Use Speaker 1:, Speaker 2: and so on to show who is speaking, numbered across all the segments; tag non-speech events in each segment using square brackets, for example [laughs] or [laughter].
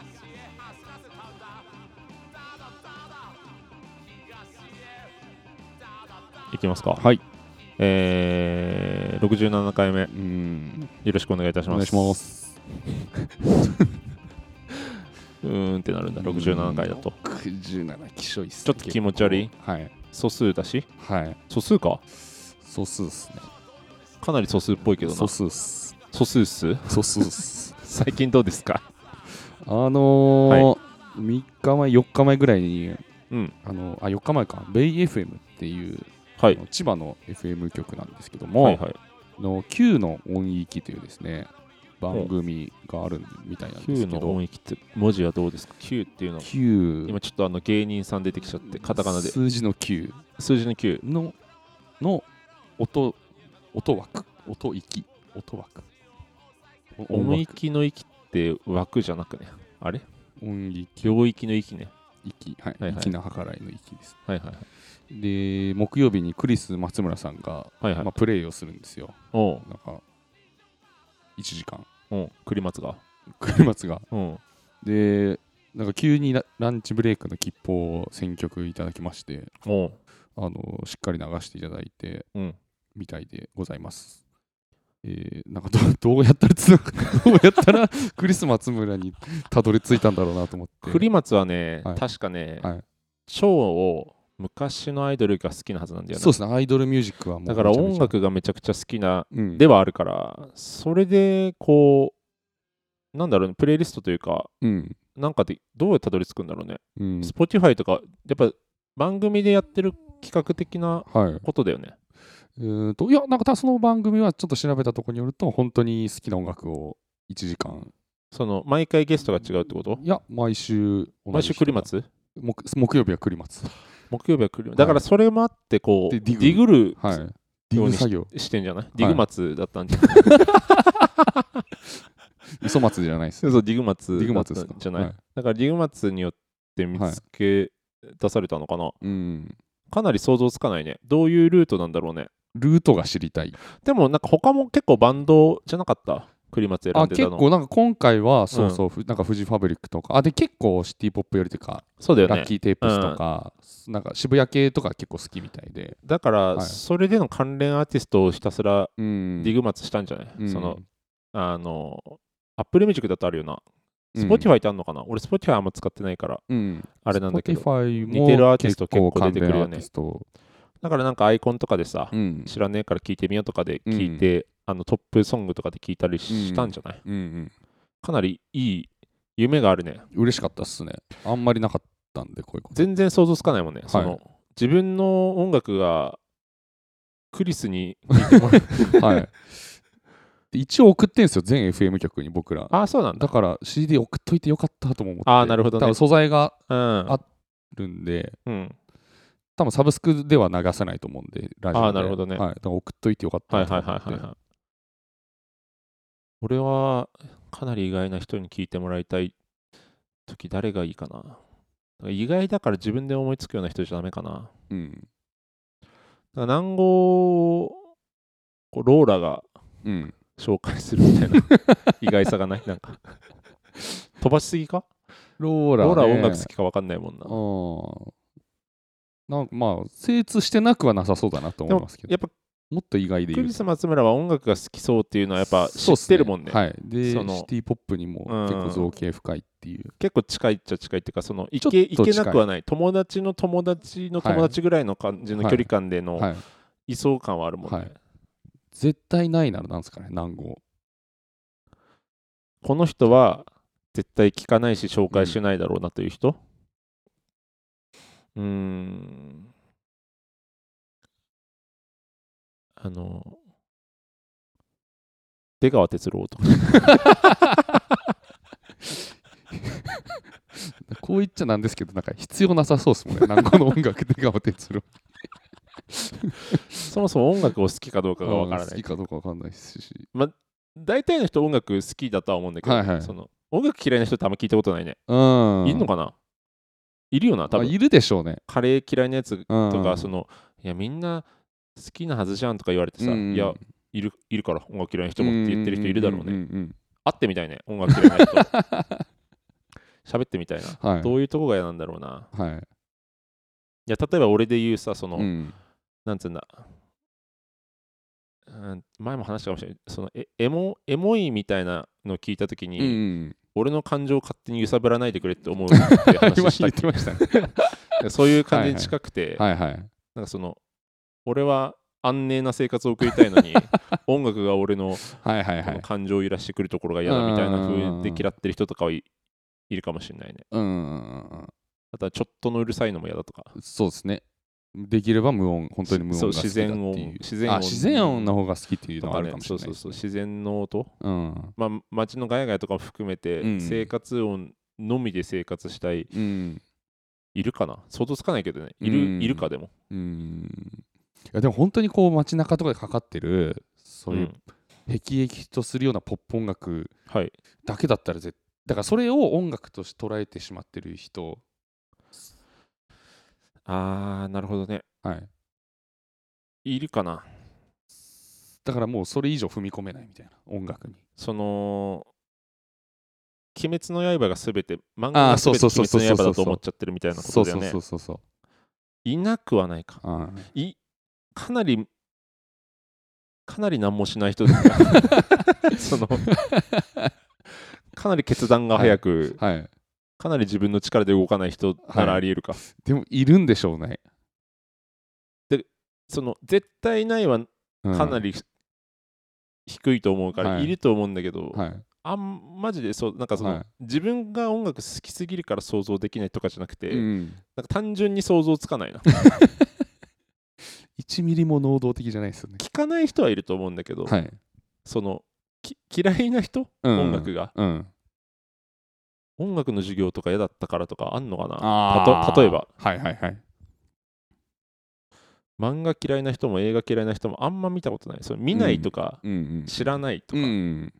Speaker 1: 走らせたんだただただ東へただただ
Speaker 2: いきますか、
Speaker 3: はい。
Speaker 2: えー、67回目
Speaker 3: うん。
Speaker 2: よろしくお願いいたし
Speaker 3: お
Speaker 2: ます
Speaker 3: 願いします。
Speaker 2: うーんってなるんだ67回だと
Speaker 3: 67、きしょいっす。
Speaker 2: ちょっと気持ち悪い
Speaker 3: はい。
Speaker 2: 素数だし
Speaker 3: はい。
Speaker 2: 素数か
Speaker 3: 素数っすね。
Speaker 2: かなり素数っぽいけどな
Speaker 3: 素数っす。
Speaker 2: 素数っす
Speaker 3: 素数っす。
Speaker 2: 最近どうですか
Speaker 3: あのー、3日前、4日前ぐらいに、
Speaker 2: [laughs] うん
Speaker 3: あの、あ、4日前か、ベイ FM っていう、
Speaker 2: は
Speaker 3: あ
Speaker 2: い
Speaker 3: の千葉の FM 局なんですけども、
Speaker 2: はいはい
Speaker 3: の Q の音域というですね、番組があるみたいなんで
Speaker 2: Q
Speaker 3: すけ
Speaker 2: の
Speaker 3: ど
Speaker 2: 音、域って文字はどうですか Q っていうのは
Speaker 3: Q
Speaker 2: 今ちょっとあの芸人さん出てきちゃってカタカナで
Speaker 3: 数字の Q
Speaker 2: 数字の Q
Speaker 3: のの音音枠音域音枠お音
Speaker 2: 音
Speaker 3: 域
Speaker 2: 域の域って枠じゃなくねあれ
Speaker 3: 音域
Speaker 2: 領域の域ね
Speaker 3: 域はい、
Speaker 2: はいはい
Speaker 3: 粋な計らいの域です
Speaker 2: はいはい
Speaker 3: で木曜日にクリス松村さんが、
Speaker 2: はいはい
Speaker 3: まあ、プレイをするんですよ
Speaker 2: おう
Speaker 3: なんか1時間 [laughs]
Speaker 2: おう栗松が
Speaker 3: 栗松が
Speaker 2: うん
Speaker 3: でなんか急にラランチブレイクの切符を選曲いただきまして
Speaker 2: おう
Speaker 3: あのしっかり流していただいて
Speaker 2: うん
Speaker 3: みたいでございます。えーなんかどどう [laughs] やったらつなどうやったら [laughs] クリス・松村にたどり着いたんだろうなと思って。
Speaker 2: 栗松はね、
Speaker 3: はい
Speaker 2: 確かね、
Speaker 3: はい
Speaker 2: 超を昔のアイドルが好きなはずなんだよね
Speaker 3: そうですね、アイドルミュージックはもう
Speaker 2: だから
Speaker 3: めちゃめち
Speaker 2: 音
Speaker 3: ゃ、
Speaker 2: 楽がめちゃくちゃ好きな
Speaker 3: うん、
Speaker 2: ではあるからそれでこうなんだろうねプレイリストというか
Speaker 3: うん、
Speaker 2: なんかでどうたどり着くんだろうね、
Speaker 3: うん、
Speaker 2: Spotify とかやっぱ番組でやってる企画的な
Speaker 3: はい。
Speaker 2: ことだよね
Speaker 3: えーといや、なんかたその番組はちょっと調べたところによると、本当に好きな音楽を1時間。
Speaker 2: その毎回ゲストが違うってこと
Speaker 3: いや、毎週同
Speaker 2: 毎
Speaker 3: じ
Speaker 2: 週
Speaker 3: 人
Speaker 2: 栗
Speaker 3: が
Speaker 2: 松
Speaker 3: 木木曜日は栗松。
Speaker 2: 木曜日は栗松だからそれもあってこう、
Speaker 3: で
Speaker 2: デ
Speaker 3: ディ
Speaker 2: ィ
Speaker 3: グ
Speaker 2: グル
Speaker 3: はい。ディグ
Speaker 2: [laughs]
Speaker 3: 作業。
Speaker 2: してんじゃない、ディグ松だったんじ
Speaker 3: [laughs]
Speaker 2: ゃない
Speaker 3: 嘘松じゃないです。
Speaker 2: そうそうディグ松
Speaker 3: ディグ
Speaker 2: だった
Speaker 3: 松ですか
Speaker 2: ん。じゃない、
Speaker 3: はい
Speaker 2: だからリグマツによって見つけ出されたのかな、
Speaker 3: うん。
Speaker 2: かなり想像つかないねどういうルートなんだろうね
Speaker 3: ルートが知りたい。
Speaker 2: でもなんか他も結構バンドじゃなかった栗松選
Speaker 3: あ
Speaker 2: んでた
Speaker 3: 結
Speaker 2: の
Speaker 3: 構なんか今回はそうそう、ふなんかフジファブリックとかあで結構シティ・ポップ寄りというか、
Speaker 2: そうだよ
Speaker 3: ラッ
Speaker 2: ね
Speaker 3: キーテープスとか、なんか渋谷系とか結構好きみたいで、
Speaker 2: だから、
Speaker 3: はい
Speaker 2: それでの関連アーティストをひたすら
Speaker 3: うん
Speaker 2: ディグマツしたんじゃない、
Speaker 3: うん
Speaker 2: そのあのアップルミュージックだとあるよな
Speaker 3: うん
Speaker 2: Spotify ってあんのかな、俺 Spotify あんま使ってないから
Speaker 3: うん
Speaker 2: あれなんだけど
Speaker 3: Spotify
Speaker 2: 似てるア
Speaker 3: も
Speaker 2: ーティスト
Speaker 3: 結構
Speaker 2: 結構
Speaker 3: 関
Speaker 2: 出てく
Speaker 3: 連
Speaker 2: る
Speaker 3: ア
Speaker 2: よね
Speaker 3: ーティスト
Speaker 2: だからなんかアイコンとかでさ、
Speaker 3: うん
Speaker 2: 知らねえから聞いてみようとかで聞いて、あのトップソングとかで聞いたりししたんじゃない、
Speaker 3: うんうん
Speaker 2: かなりいい夢があるね
Speaker 3: 嬉しかったっすねあんまりなかったんでこういうこと
Speaker 2: 全然想像つかないもんね、その自分の音楽がクリスに
Speaker 3: [laughs] はいで一応送ってんすよ全 FM 局に僕ら
Speaker 2: ああそうなんだ
Speaker 3: だから CD 送っといてよかったとも思って
Speaker 2: あーなるほどね
Speaker 3: 多分素材が
Speaker 2: うん
Speaker 3: ああるんで
Speaker 2: うん
Speaker 3: 多分サブスクでは流さないと思うんで、ラジオで。
Speaker 2: あーなるほどね
Speaker 3: はい、だから送っといてよかった
Speaker 2: はい
Speaker 3: な
Speaker 2: はいはいはいはい、
Speaker 3: と思って
Speaker 2: 俺はかなり意外な人に聞いてもらいたい時誰がいいかなだから意外だから自分で思いつくような人じゃダメかなだか
Speaker 3: うん。
Speaker 2: ら南郷をこうローラが
Speaker 3: うん。
Speaker 2: 紹介するみたいな [laughs] 意外さがないなん [laughs] か飛ばしすぎか
Speaker 3: ローラ、ね。
Speaker 2: ローラは音楽好きか分かんないもんな
Speaker 3: き。うん。なんかまあ、精通してなくはなさそうだな
Speaker 2: で
Speaker 3: と思い
Speaker 2: も
Speaker 3: ますけど、
Speaker 2: やっぱ
Speaker 3: もっと意外で
Speaker 2: ク
Speaker 3: 言う
Speaker 2: リ
Speaker 3: と。
Speaker 2: ス・松村は音楽が好きそうっていうのはやっぱ知
Speaker 3: そう
Speaker 2: っ
Speaker 3: す
Speaker 2: てるもんね
Speaker 3: はい。で、シ
Speaker 2: その
Speaker 3: ティ・ポップにも結構造形深いっていう。
Speaker 2: 結構近いっちゃ近いっていうかそのい
Speaker 3: ちょっと
Speaker 2: けいけ
Speaker 3: 近い
Speaker 2: なくはない友達の友達の友達ぐらいの感じの距離感での
Speaker 3: はい。
Speaker 2: 位相感はあるもんね、
Speaker 3: はい絶対ないならなんですかね、南郷。
Speaker 2: この人は絶対聞かないし紹介しないだろうなという人うーんあの出川哲朗とか
Speaker 3: こう言っちゃなんですけど、なんか必要なさそうですもんね、南郷の音楽で頑哲郎。
Speaker 2: そもそも音楽を好きかどうかが [laughs] わから
Speaker 3: うん
Speaker 2: な
Speaker 3: 好
Speaker 2: い
Speaker 3: きかどうかわかんないですし。
Speaker 2: 大体の人音楽好きだとは思うんだけど、
Speaker 3: はいはい
Speaker 2: その音楽嫌いな人ってあんま聞いたことないね、
Speaker 3: うん。
Speaker 2: いるのかないるよな多
Speaker 3: あ
Speaker 2: 分
Speaker 3: いるでしょうね。
Speaker 2: カレー嫌いなやつ
Speaker 3: うん
Speaker 2: とか、そのいやみんな好きなはずじゃんとか言われてさ、
Speaker 3: うん
Speaker 2: いやいるいるから音楽嫌いな人もって言ってる人いるだろうね、
Speaker 3: んんんん [laughs]
Speaker 2: 会ってみたいね音楽嫌いな人喋ってみたいな、
Speaker 3: はい
Speaker 2: どういうとこが嫌なんだろうな
Speaker 3: はい
Speaker 2: いや例えば俺で言うさその、
Speaker 3: うん
Speaker 2: なんつうんだうん前も話したかもしれないそのえエモエモいみたいなの聞いた時に、
Speaker 3: うん
Speaker 2: 俺の感情を勝手に揺さぶらないでくれって思うっていう
Speaker 3: 今言
Speaker 2: 話
Speaker 3: っ
Speaker 2: したっけ
Speaker 3: て
Speaker 2: [laughs]
Speaker 3: ましたね
Speaker 2: そういう感じに近くて、
Speaker 3: はいはい
Speaker 2: なんかその俺は安寧な生活を送りたい
Speaker 3: [laughs]
Speaker 2: のに音楽が俺の
Speaker 3: はいはい
Speaker 2: こ
Speaker 3: は
Speaker 2: の
Speaker 3: い
Speaker 2: 感情を揺らしてくるところが嫌だみたいな風で
Speaker 3: うん
Speaker 2: 嫌ってる人とかはいいるかもしれないね
Speaker 3: うん
Speaker 2: あとはちょっとのうるさいのも嫌だとか
Speaker 3: そうですねできれば無音本当に無
Speaker 2: そう
Speaker 3: 音が好きだってい
Speaker 2: 自然音
Speaker 3: う
Speaker 2: 自然音
Speaker 3: あ自然音の方が好きっていう
Speaker 2: と
Speaker 3: の
Speaker 2: か
Speaker 3: がある
Speaker 2: ね
Speaker 3: かもし
Speaker 2: そ
Speaker 3: れ
Speaker 2: う
Speaker 3: な
Speaker 2: そ
Speaker 3: いで
Speaker 2: う
Speaker 3: す
Speaker 2: そう
Speaker 3: ね
Speaker 2: 自然の音
Speaker 3: うん
Speaker 2: まあ街のガヤガヤとかも含めて、
Speaker 3: うん
Speaker 2: 生活音のみで生活したい
Speaker 3: うん
Speaker 2: いるかな想像つかないけどねいる,、
Speaker 3: うん
Speaker 2: いるかでも
Speaker 3: うんいやでも本当にこう街中とかでかかってるそういううん辟易とするようなポップ音楽
Speaker 2: はい
Speaker 3: だけだったら絶だからそれを音楽として捉えてしまってる人
Speaker 2: あーなるほどね
Speaker 3: はい
Speaker 2: いるかな
Speaker 3: だからもうそれ以上踏み込めないみたいな音楽に
Speaker 2: その「鬼滅の刃」が全て漫画
Speaker 3: あ
Speaker 2: が
Speaker 3: ーそ
Speaker 2: 全
Speaker 3: う
Speaker 2: て
Speaker 3: そう
Speaker 2: 鬼
Speaker 3: そ
Speaker 2: 滅
Speaker 3: うそう
Speaker 2: の刃だと思っちゃってるみたいなこ
Speaker 3: そ
Speaker 2: と
Speaker 3: う
Speaker 2: だよ
Speaker 3: そう
Speaker 2: ね
Speaker 3: そうそうそう
Speaker 2: いなくはない
Speaker 3: [laughs]
Speaker 2: か
Speaker 3: あ
Speaker 2: いかなりかなり何もしない人
Speaker 3: [laughs]
Speaker 2: そのかなり決断が早く、
Speaker 3: ーはい
Speaker 2: かなり自分の力で動かない人ならありえるか、
Speaker 3: でもいるんでしょうね、
Speaker 2: その絶対ないは
Speaker 3: うん
Speaker 2: かなり、低いと思うから、
Speaker 3: はい
Speaker 2: い、ると思うんだけど、
Speaker 3: はい
Speaker 2: あんマジでそうなんかその、
Speaker 3: はい
Speaker 2: 自分が音楽好きすぎるから想像できないとかじゃなくて、
Speaker 3: うん、
Speaker 2: なんか単純に想像つか
Speaker 3: [laughs]
Speaker 2: ないな
Speaker 3: 1ミリも能動的じゃないですよね
Speaker 2: 聞かない人はいると思うんだけど、
Speaker 3: はい、
Speaker 2: そのき嫌いな人、
Speaker 3: うん
Speaker 2: 音楽が
Speaker 3: うん、
Speaker 2: 音楽の授業とか嫌だったからとかあんのかな
Speaker 3: あ
Speaker 2: たと例えば
Speaker 3: はいはいはい
Speaker 2: 漫画嫌いな人も映画嫌いな人もあんま見たことないそれ見ないとか、
Speaker 3: うんうん
Speaker 2: 知らないと
Speaker 3: う
Speaker 2: か、
Speaker 3: ん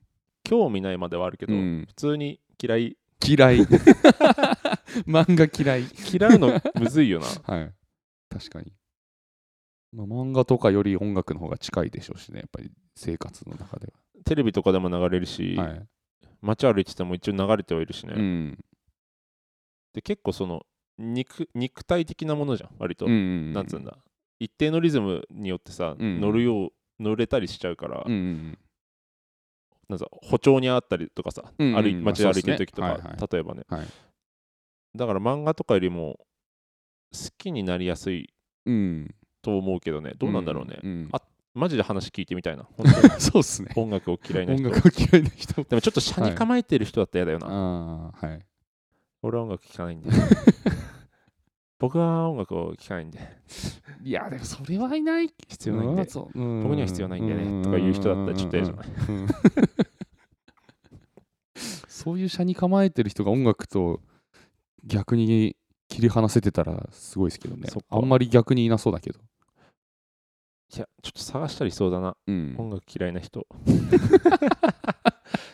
Speaker 2: 興味ないまではあるけど、
Speaker 3: うん
Speaker 2: 普通に嫌い [laughs]
Speaker 3: 嫌い [laughs] 漫画嫌い
Speaker 2: 嫌うのむずいよな
Speaker 3: はい確かに、まあ、漫画とかより音楽の方が近いでしょうしねやっぱり生活の中で
Speaker 2: テレビとかでも流れるし、
Speaker 3: ははい
Speaker 2: 街歩いてても一応流れてはいるしね、
Speaker 3: うん
Speaker 2: で結構その肉肉体的なものじゃん割と、
Speaker 3: うん
Speaker 2: なんつうんだ一定のリズムによってさ、
Speaker 3: うん
Speaker 2: 乗るよう乗れたりしちゃうから、
Speaker 3: うんうん
Speaker 2: なんか歩調にあったりとかさ、
Speaker 3: うんうん
Speaker 2: 歩い街
Speaker 3: ま
Speaker 2: で
Speaker 3: あ
Speaker 2: 歩いてる時とか、
Speaker 3: そうっすねはいは
Speaker 2: 例えばね、
Speaker 3: はい
Speaker 2: だから漫画とかよりも好きになりやすい
Speaker 3: うん
Speaker 2: と思うけどねどうなんだろうね、
Speaker 3: んん
Speaker 2: あマジで話聞いてみたいな本
Speaker 3: [laughs]
Speaker 2: 当に
Speaker 3: そうっすね
Speaker 2: 音楽を嫌いな
Speaker 3: 音
Speaker 2: 人
Speaker 3: 楽を嫌いな人
Speaker 2: でもちょっと車に構えてる人だったら嫌だよな、
Speaker 3: ああはい
Speaker 2: 俺は音楽聴かないんで僕は音楽を聴かないんで
Speaker 3: いやでもそれはいない
Speaker 2: 必要ないんで
Speaker 3: 僕
Speaker 2: 僕には必要ないんでねとか言う人だったらちょっと嫌じゃない
Speaker 3: うんそういう車に構えてる人が音楽と逆に切り離せてたらすごいですけどね
Speaker 2: そっか
Speaker 3: あんまり逆にいなそうだけど、
Speaker 2: いやちょっと探したりそう
Speaker 3: [laughs]
Speaker 2: だな
Speaker 3: うん
Speaker 2: 音楽嫌いな人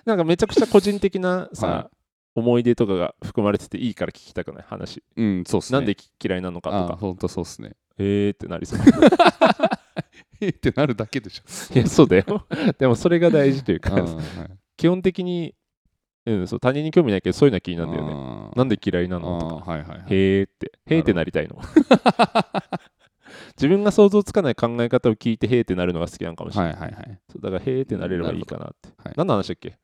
Speaker 2: なんかめちゃくちゃ個人的なさ、
Speaker 3: は
Speaker 2: 思い出とかが含まれてていいから聞きたくない話、
Speaker 3: うんそうっすね
Speaker 2: なんで嫌いなのか
Speaker 3: あ
Speaker 2: と
Speaker 3: あ
Speaker 2: か
Speaker 3: ほんとそうっすね [laughs]
Speaker 2: えーってなりそう
Speaker 3: えーってなるだけ
Speaker 2: [laughs]
Speaker 3: でしょ
Speaker 2: いやそうだよでもそれが大事という
Speaker 3: あ
Speaker 2: か
Speaker 3: ーはい
Speaker 2: 基本的に、うん、そう他人に興味ないけどそういうのは気になるんだよね
Speaker 3: あー
Speaker 2: なんで嫌いなのとか
Speaker 3: あーはいはいはい
Speaker 2: へーってへーってなりたいの
Speaker 3: [laughs]
Speaker 2: 自分が想像つかない考え方を聞いてへーってなるのが好きなのかもしれ
Speaker 3: は
Speaker 2: ない
Speaker 3: い、はいはい
Speaker 2: そうだからへーってなれればいいかなって
Speaker 3: どはい
Speaker 2: 何の話だっけ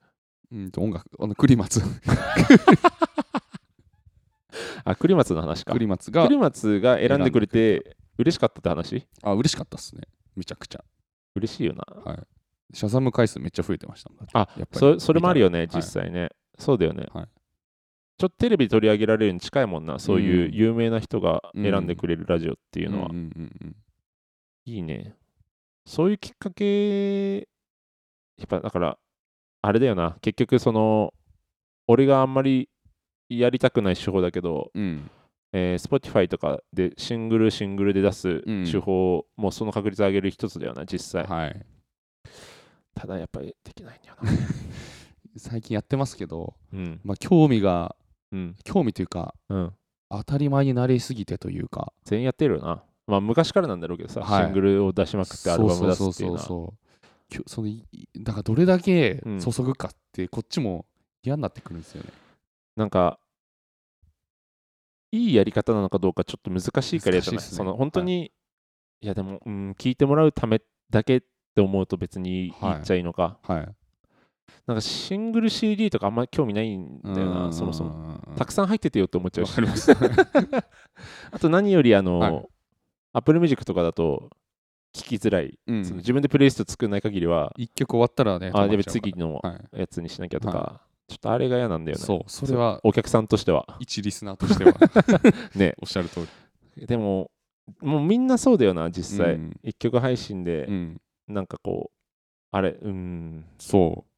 Speaker 3: うんと音楽あの栗松
Speaker 2: あ栗松の話か
Speaker 3: 栗松が
Speaker 2: クリマツが選んでくれて嬉しかったって話
Speaker 3: あ嬉しかったっすねめちゃくちゃ
Speaker 2: 嬉しいよな。
Speaker 3: シャザム回数めっちゃ増えてましたもんだって
Speaker 2: あ
Speaker 3: やっぱり
Speaker 2: そそれもあるよね、
Speaker 3: 見た
Speaker 2: 実
Speaker 3: ら
Speaker 2: 際ね。そうだよね。
Speaker 3: はい
Speaker 2: ちょっとテレビで取り上げられるに近いもんな、そういううん有名な人が選んでくれるラジオっていうのは。
Speaker 3: んんうんうん
Speaker 2: いいね。そういうきっかけ、やっぱだから、あれだよな、結局、その、俺があんまりやりたくない手法だけど、
Speaker 3: うん
Speaker 2: えー、Spotify とかでシングルシングルで出す
Speaker 3: うん
Speaker 2: 手法もその確率上げる一つだよな、実際。
Speaker 3: はい
Speaker 2: ただやっぱりできないんだよな。
Speaker 3: [laughs] 最近やってますけど、
Speaker 2: うん。
Speaker 3: まあ、興味が
Speaker 2: うん。
Speaker 3: 興味というか
Speaker 2: うん。
Speaker 3: 当たり前になりすぎてというか
Speaker 2: 全員やってるよな。まあ昔からなんだろうけどさ、
Speaker 3: はい
Speaker 2: シングルを出しまくってアルバム出すっていうのは。
Speaker 3: そうきょそのいだからどれだけ
Speaker 2: うん
Speaker 3: 注ぐかってこっちも嫌になってくるんですよね、
Speaker 2: なんか、いいやり方なのかどうかちょっと難しいからやったな
Speaker 3: 難しいっすね
Speaker 2: その本当に、い、やでも、うん、聞いてもらうためだけって思うと別に言っちゃいいのか、
Speaker 3: はい。
Speaker 2: なんかシングル CD とかあんま興味ないんだよなそもそも
Speaker 3: も
Speaker 2: た
Speaker 3: く
Speaker 2: くさん入っててよって思っちゃうし
Speaker 3: わかりました。
Speaker 2: あと何よりあ
Speaker 3: は
Speaker 2: の
Speaker 3: い、
Speaker 2: Apple Music とかだと聞きづらい、
Speaker 3: う
Speaker 2: [laughs]
Speaker 3: ん
Speaker 2: その自分でプレイリスト作んない限りは、
Speaker 3: 一曲終わったらね、
Speaker 2: あやべ
Speaker 3: 止まっちゃうか
Speaker 2: 次
Speaker 3: ら
Speaker 2: の
Speaker 3: はい。
Speaker 2: やつにしなきゃとか、ちょっとあれが嫌なんだよね
Speaker 3: そう、それは
Speaker 2: お客さんとしては
Speaker 3: [laughs] 一リスナーとしては
Speaker 2: ね
Speaker 3: おっしゃる [laughs] 通り。
Speaker 2: でももうみんなそうだよな実際、
Speaker 3: うん
Speaker 2: 一曲配信で
Speaker 3: うん。
Speaker 2: なんかこうあれうん
Speaker 3: そう。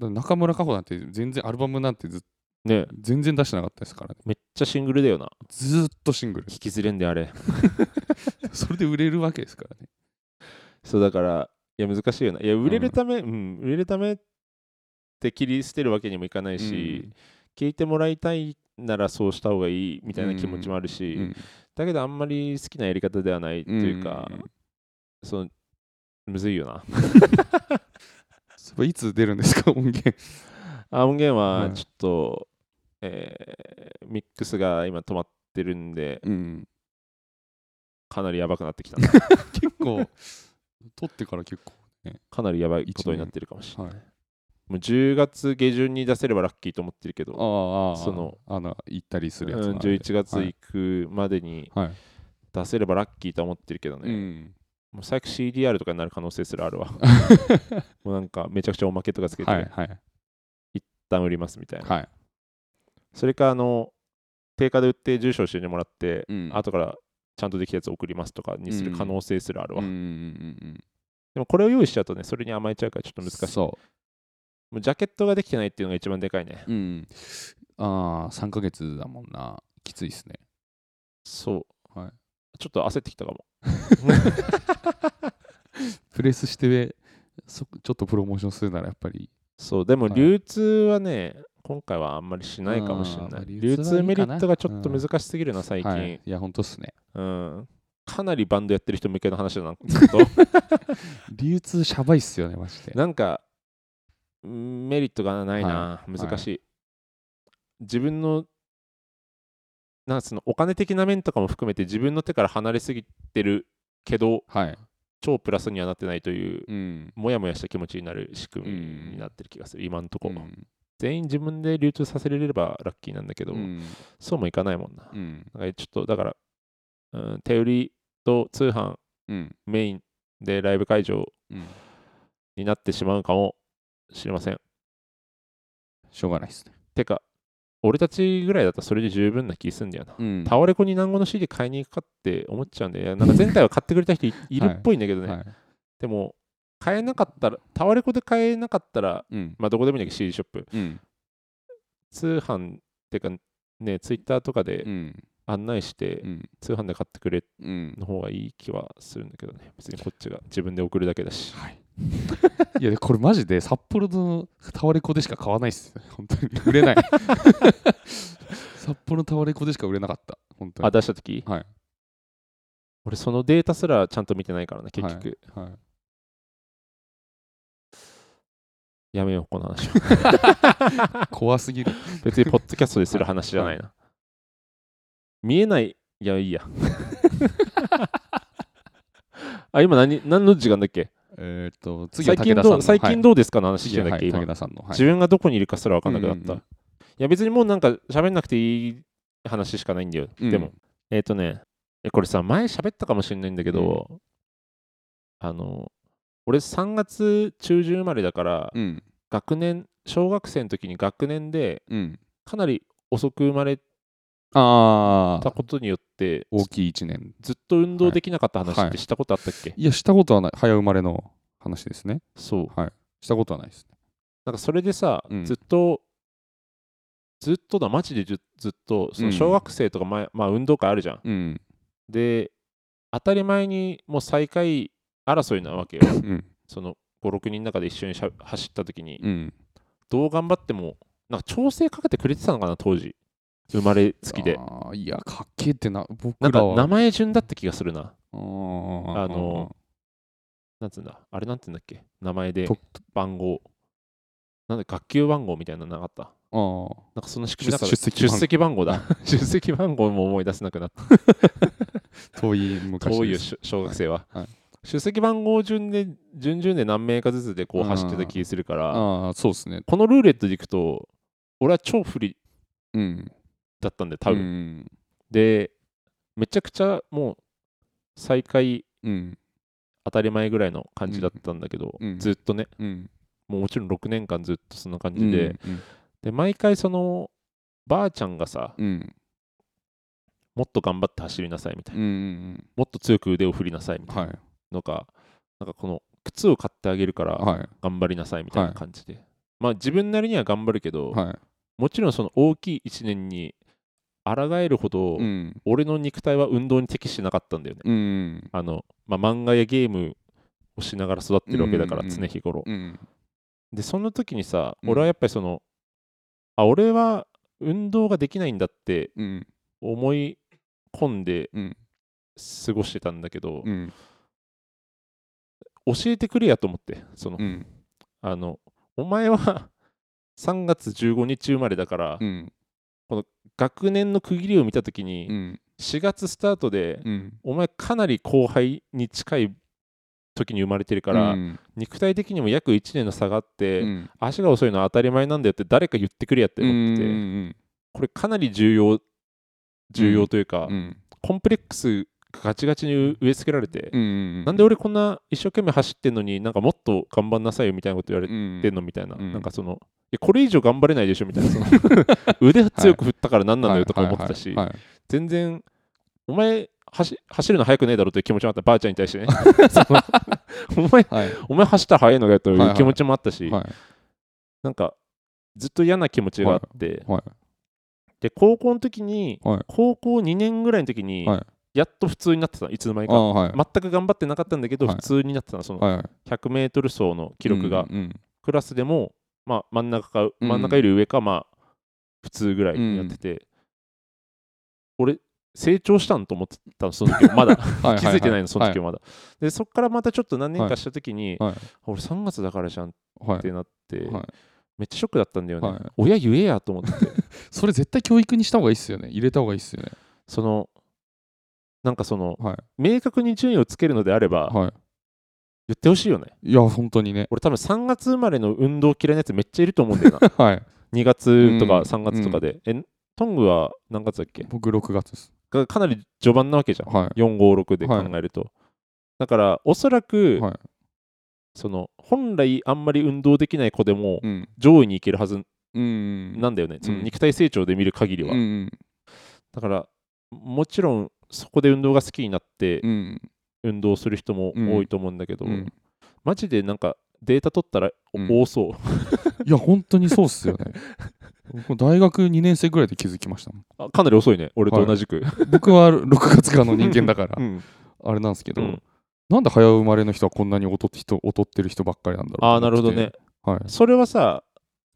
Speaker 3: だから中村佳穂なんて全然アルバムなんてず
Speaker 2: ね
Speaker 3: 全然出してなかったですからね。
Speaker 2: めっちゃシングルだよな
Speaker 3: ずーっとシングル。
Speaker 2: 聞きずれんであれ
Speaker 3: [laughs] それで売れるわけですからね。
Speaker 2: そうだからいや難しいよないや売れるため、うん売れるためって切り捨てるわけにもいかないし、聞いてもらいたいならそうした方がいいみたいな気持ちもあるし、
Speaker 3: うん、うん
Speaker 2: だけどあんまり好きなやり方ではないというか、
Speaker 3: ん
Speaker 2: そのむずいよな [laughs]
Speaker 3: それいつ出るんですか、音源。
Speaker 2: あ音源は
Speaker 3: はい
Speaker 2: ちょっと、えーミックスが今止まってるんで
Speaker 3: うん、
Speaker 2: かなりやばくなってき [laughs] たな
Speaker 3: 結構、 [laughs] 撮ってから結構。
Speaker 2: かなりやばいことになってるかもしれない
Speaker 3: はい、
Speaker 2: もう10月下旬に出せればラッキーと思ってるけど、
Speaker 3: ああ、
Speaker 2: その
Speaker 3: あの、行ったりす
Speaker 2: うん、
Speaker 3: るやつなんで。
Speaker 2: 11月
Speaker 3: はい
Speaker 2: 行くまでに
Speaker 3: はい。
Speaker 2: 出せればラッキーと思ってるけどね、
Speaker 3: [laughs] うん。
Speaker 2: もう最悪 CDR とかになる可能性すらあるわもうなんかめちゃくちゃおまけとかつけて、
Speaker 3: はい、はい。
Speaker 2: 一旦売りますみたいな
Speaker 3: はい。
Speaker 2: それか、あの、定価で売って住所教えてもらって、
Speaker 3: うん
Speaker 2: 後からちゃんとできたやつ送りますとかにする可能性すらあるわ。
Speaker 3: うんうんうんうん
Speaker 2: でもこれを用意しちゃうとね、それに甘えちゃうからちょっと難しい。
Speaker 3: そ
Speaker 2: もうジャケットができてないっていうのが一番でかいね。
Speaker 3: う。うん。ああ、3ヶ月だもんな。きついっすね。
Speaker 2: そう。
Speaker 3: はい
Speaker 2: ちょっと焦ってきたかも。
Speaker 3: プレスしてそちょっとプロモーションするならやっぱり
Speaker 2: そう、でも
Speaker 3: はい
Speaker 2: 流通はね、今回はあんまりしないかもしれ
Speaker 3: あー
Speaker 2: な
Speaker 3: まあ
Speaker 2: い。
Speaker 3: 流
Speaker 2: 流
Speaker 3: 通
Speaker 2: 通
Speaker 3: はいいかな
Speaker 2: メリットがちょっと難しすぎるな、最近、
Speaker 3: はい、いやほんとっすね
Speaker 2: うん。かなりバンドやってる人向けの話だ
Speaker 3: [laughs]
Speaker 2: な、ずっと
Speaker 3: 流通シャバいっすよねマジで
Speaker 2: なんかうんメリットがないな、難しい、自分のなんかそのお金的な面とかも含めて自分の手から離れすぎてるけど
Speaker 3: はい
Speaker 2: 超プラスにはなってないという
Speaker 3: うん
Speaker 2: モヤモヤした気持ちになる仕組
Speaker 3: うん
Speaker 2: みになってる気がする、今んとこ、
Speaker 3: うん
Speaker 2: 全員自分で流通させれればラッキーなんだけど、
Speaker 3: うん
Speaker 2: そうもいかないもんな,、
Speaker 3: うん
Speaker 2: なんかちょっとだから、うん、手売りと通販
Speaker 3: うん
Speaker 2: メインでライブ会場
Speaker 3: うん
Speaker 2: になってしまうかもしれません
Speaker 3: しょうがないっすね
Speaker 2: てか、俺たちぐらいだったらそれで十分な気すんだよな。
Speaker 3: うん
Speaker 2: タワレコに何語の CD 買いに行くかって思っちゃうんで、いやなんか前回は買ってくれた人
Speaker 3: [laughs]
Speaker 2: いいるっぽいんだけどね、
Speaker 3: はい
Speaker 2: でも、買えなかったら、タワレコで買えなかったら、
Speaker 3: うん
Speaker 2: まあ、どこでもいいんだけど CD ショップ、
Speaker 3: うん
Speaker 2: 通販っていうか、ね、ツイッターとかで
Speaker 3: うん
Speaker 2: 案内して、
Speaker 3: うん
Speaker 2: 通販で買ってくれ
Speaker 3: うん
Speaker 2: の方がいい気はするんだけどね、別にこっちが自分で送るだけだし。 [laughs]
Speaker 3: はいいやでこれマジで札幌のタワレコでしか買わないっすよね本当に売
Speaker 2: [laughs]
Speaker 3: れない札幌のタワレコでしか売れなかった本当
Speaker 2: あ、
Speaker 3: に
Speaker 2: 出した時
Speaker 3: はい
Speaker 2: 俺、そのデータすらちゃんと見てないからな、結局。
Speaker 3: はいはい
Speaker 2: やめよう、この話は。
Speaker 3: 怖すぎる [laughs]
Speaker 2: 別にポッドキャストでする話じゃないな。見えない、いや、い [laughs] いや。あ、今何、何の時間だっけ
Speaker 3: えーっと次は
Speaker 2: 最近
Speaker 3: 武田さ
Speaker 2: ど
Speaker 3: んの
Speaker 2: う最
Speaker 3: はい
Speaker 2: 近どうですかの話して
Speaker 3: 次
Speaker 2: んだっけ、
Speaker 3: は
Speaker 2: 今
Speaker 3: い、武。田さんの、はい
Speaker 2: 自分がどこにいるかすら分かんなくなっ
Speaker 3: うん
Speaker 2: た。
Speaker 3: うんうん
Speaker 2: いや、別にもうなんか喋んなくていい話しかないんだよ。
Speaker 3: うん
Speaker 2: でも、えっ、とね、えこれさ、前喋ったかもしれないんだけど、あの、俺3月中旬生まれだから、
Speaker 3: うん
Speaker 2: 学年、小学生の時に学年で、
Speaker 3: うん
Speaker 2: かなり遅く生まれ
Speaker 3: あ
Speaker 2: た
Speaker 3: あ
Speaker 2: ことによって
Speaker 3: 大きい一年
Speaker 2: ずっと運動できなかった話
Speaker 3: は
Speaker 2: っ
Speaker 3: いは
Speaker 2: て
Speaker 3: い
Speaker 2: したことあったっけ、
Speaker 3: いやしたことはない早生まれの話ですね
Speaker 2: そう
Speaker 3: はいしたことはないですね
Speaker 2: なんかそれでさ、
Speaker 3: うん
Speaker 2: ずっとずっとだマジでずずっとその
Speaker 3: うん
Speaker 2: 小学生とか前、まあ運動会あるじゃん
Speaker 3: うん
Speaker 2: で当たり前にもう最下位争いなわけよ
Speaker 3: うん
Speaker 2: その56人の中で一緒にしゃ走った時に
Speaker 3: うん
Speaker 2: どう頑張ってもなんか調整かけてくれてたのかな当時生まれつきで
Speaker 3: あーいやかっけえってな僕
Speaker 2: なん
Speaker 3: ら
Speaker 2: か
Speaker 3: は
Speaker 2: 名前順だった気がするな
Speaker 3: あー
Speaker 2: あのなんつうんだあれなんて言うんだっけ名前で
Speaker 3: と
Speaker 2: 番号なんで学級番号みたいなのなかった
Speaker 3: あー
Speaker 2: なんかそんな仕組みなかっ
Speaker 3: 出
Speaker 2: た
Speaker 3: 出席番
Speaker 2: 出席番号
Speaker 3: 号 [laughs]
Speaker 2: だ出席番号も思い出せなくなった
Speaker 3: 遠い昔
Speaker 2: こうい
Speaker 3: で
Speaker 2: う
Speaker 3: す
Speaker 2: しょ小学生は、
Speaker 3: はいはい
Speaker 2: 出席番号順で順々で何名かずつでこう走ってた気するから、
Speaker 3: ああそうですね
Speaker 2: このルーレットでいくと俺は超不利
Speaker 3: うん
Speaker 2: だったんで多分、
Speaker 3: 分
Speaker 2: でめちゃくちゃもう最下位
Speaker 3: うん
Speaker 2: 当たり前ぐらいの感じだったんだけど、
Speaker 3: うん
Speaker 2: ずっとね
Speaker 3: うん
Speaker 2: もうもちろん6年間ずっとそんな感
Speaker 3: う
Speaker 2: じ
Speaker 3: ん
Speaker 2: で、で毎回そのばあちゃんがさ
Speaker 3: うんうん
Speaker 2: もっと頑張って走りなさいみたい
Speaker 3: うん
Speaker 2: な、
Speaker 3: うん
Speaker 2: もっと強く腕を振りなさいみたい
Speaker 3: は
Speaker 2: ないのが、なんかこの靴を買ってあげるから
Speaker 3: はい
Speaker 2: 頑張りなさいみたいな感じで、まあ自分なりには頑張るけど、
Speaker 3: は
Speaker 2: もちろんその大きい1年に抗えるほど、
Speaker 3: いうん
Speaker 2: 俺の肉体は運動に適してなかったんだよね、
Speaker 3: うん
Speaker 2: あの、まあ、漫画やゲームをしながら育ってるわけだから、
Speaker 3: うんうんうん
Speaker 2: 常日頃、
Speaker 3: うん
Speaker 2: でその時にさ
Speaker 3: うん
Speaker 2: 俺はやっぱりその、あ俺は運動ができないんだって
Speaker 3: うん
Speaker 2: 思い込んで
Speaker 3: うん
Speaker 2: 過ごしてたんだけど、
Speaker 3: うん
Speaker 2: 教えてくれやと思ってその、
Speaker 3: うん
Speaker 2: あのお前は [laughs] 3月15日生まれだから、
Speaker 3: うん
Speaker 2: 学年の区切りを見た時
Speaker 3: う
Speaker 2: に、
Speaker 3: ん
Speaker 2: 4月スタートで、
Speaker 3: うん
Speaker 2: お前かなり後輩に近い時に生まれてるから、
Speaker 3: うん
Speaker 2: 肉体的にも約1年の差があって、
Speaker 3: うん
Speaker 2: 足が遅いのは当たり前なんだよって誰か言ってくれやって思ってて、
Speaker 3: うん
Speaker 2: これかなり重要重要というか、
Speaker 3: うん
Speaker 2: コンプレックスがガチガチに植え付けられて、
Speaker 3: うん
Speaker 2: なんで俺こんな一生懸命走ってんのになんかもっと頑張んなさいよみたいなこと言われ
Speaker 3: うん
Speaker 2: てんのみたいな、
Speaker 3: うん
Speaker 2: なんかそのいやこれ以上頑張れないでしょみたいなそ
Speaker 3: [laughs]
Speaker 2: の腕強く振ったから何なのよとか思ってたし、
Speaker 3: はいはいはい
Speaker 2: 全然お前走走るの速くねえだろという気持ちもあったばあちゃんに対してね [laughs] そのお前
Speaker 3: はい
Speaker 2: お前走ったら速いのかよという気持ちもあったし、
Speaker 3: はい
Speaker 2: なんかずっと嫌な気持ちがあって、
Speaker 3: はい
Speaker 2: で高校の時に、
Speaker 3: はい
Speaker 2: 高校2年ぐらいの時に、
Speaker 3: はい
Speaker 2: やっと普通になってたいつの間に
Speaker 3: あ
Speaker 2: か
Speaker 3: あはい
Speaker 2: 全く頑張ってなかったんだけど、
Speaker 3: はい
Speaker 2: 普通になってたのその
Speaker 3: はいはい
Speaker 2: 100m 走の記録が、
Speaker 3: うんうん
Speaker 2: クラスでも、まあ、真ん中か
Speaker 3: うん
Speaker 2: 真ん中より上か、まあ普通ぐらいにやってて、俺成長したんと思ってたのその時はまだ
Speaker 3: [laughs] ははは
Speaker 2: 気づいてないのその時
Speaker 3: は
Speaker 2: はまだ、でそっからまたちょっと何年かした時に、
Speaker 3: はいはい
Speaker 2: 俺3月だからじゃんっ
Speaker 3: はい
Speaker 2: てなって、
Speaker 3: はい
Speaker 2: めっちゃショックだったんだよね、
Speaker 3: はい
Speaker 2: 親言えやと思って
Speaker 3: [laughs] それ絶対教育にした方がいいっすよね入れた方がいいっすよね
Speaker 2: そのなんかその
Speaker 3: はい
Speaker 2: 明確に順位をつけるのであれば、
Speaker 3: は
Speaker 2: 言ってほしいよね
Speaker 3: いいや本当にね
Speaker 2: 俺多分3月生まれの運動嫌いなやつめっちゃいると思うんだよな
Speaker 3: [laughs] はい
Speaker 2: 2月と
Speaker 3: う
Speaker 2: か
Speaker 3: ん
Speaker 2: 3月とかで、えトングは何月だっけ
Speaker 3: 僕6月です
Speaker 2: がかなり序盤なわけじゃん
Speaker 3: は
Speaker 2: 456で考えると、だからおそら
Speaker 3: い
Speaker 2: く、
Speaker 3: はい
Speaker 2: その本来あんまり運動できない子でも
Speaker 3: うん
Speaker 2: 上位に行けるはず
Speaker 3: うん
Speaker 2: なんだよね、その
Speaker 3: うん
Speaker 2: 肉体成長で見る限りは、
Speaker 3: うんうん
Speaker 2: だからもちろんそこで運動が好きになって
Speaker 3: うん
Speaker 2: 運動する人も多いと思うんだけど、
Speaker 3: うん
Speaker 2: マジでなんかデータ取ったら
Speaker 3: うん
Speaker 2: 多そう、
Speaker 3: いや本当にそうっすよね僕大学2年生ぐらいで気づきましたもん
Speaker 2: あかなり遅いね俺と同じく、
Speaker 3: 僕は6月からの人間だから
Speaker 2: うん
Speaker 3: あれなんですけど、
Speaker 2: うん
Speaker 3: なんで早生まれの人はこんなに劣って人劣ってる人ばっかりなんだろう
Speaker 2: ああ
Speaker 3: と
Speaker 2: なる
Speaker 3: 思
Speaker 2: ほ
Speaker 3: って
Speaker 2: どね
Speaker 3: はい
Speaker 2: それはさ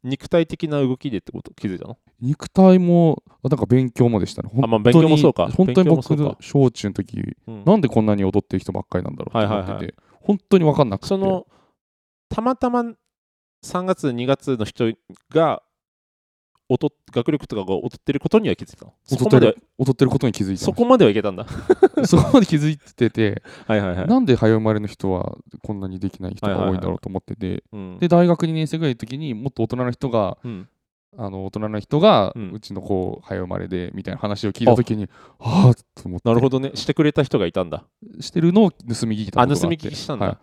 Speaker 2: 肉体的な動きでってこと気づいたの
Speaker 3: 肉体もあなんか勉強もでしたね
Speaker 2: あまあ勉強もそうか
Speaker 3: 本当
Speaker 2: 勉
Speaker 3: に
Speaker 2: 強
Speaker 3: 僕
Speaker 2: もそう
Speaker 3: の
Speaker 2: か
Speaker 3: 小中の時
Speaker 2: うん
Speaker 3: なんでこんなに踊ってる人ばっかりなんだろうと思ってて、
Speaker 2: はいはいは
Speaker 3: 本当に分かんなくて
Speaker 2: そのたまたま3月2月の人がおと学力とかが劣ってることには気づいたのそ
Speaker 3: 踊
Speaker 2: こ
Speaker 3: っ
Speaker 2: ま
Speaker 3: て
Speaker 2: では
Speaker 3: る踊ってることに気づいてました
Speaker 2: そこまではいけたんだ
Speaker 3: [laughs] そこまで気づいてて、
Speaker 2: はいはいは
Speaker 3: なんで早生まれの人はこんなにできない人が多いんだろうと思ってて、
Speaker 2: うん
Speaker 3: で大学2年生ぐらいの時にもっと大人の人が
Speaker 2: うん
Speaker 3: あの大人の人が、
Speaker 2: う
Speaker 3: うんちの子早生まれでみたいな話を聞いた時にああと思って
Speaker 2: なるほどねしてくれた人がいたんだ
Speaker 3: してるのを盗み聞きた
Speaker 2: あ
Speaker 3: ことがあって
Speaker 2: 盗み聞きしたんだ、
Speaker 3: はい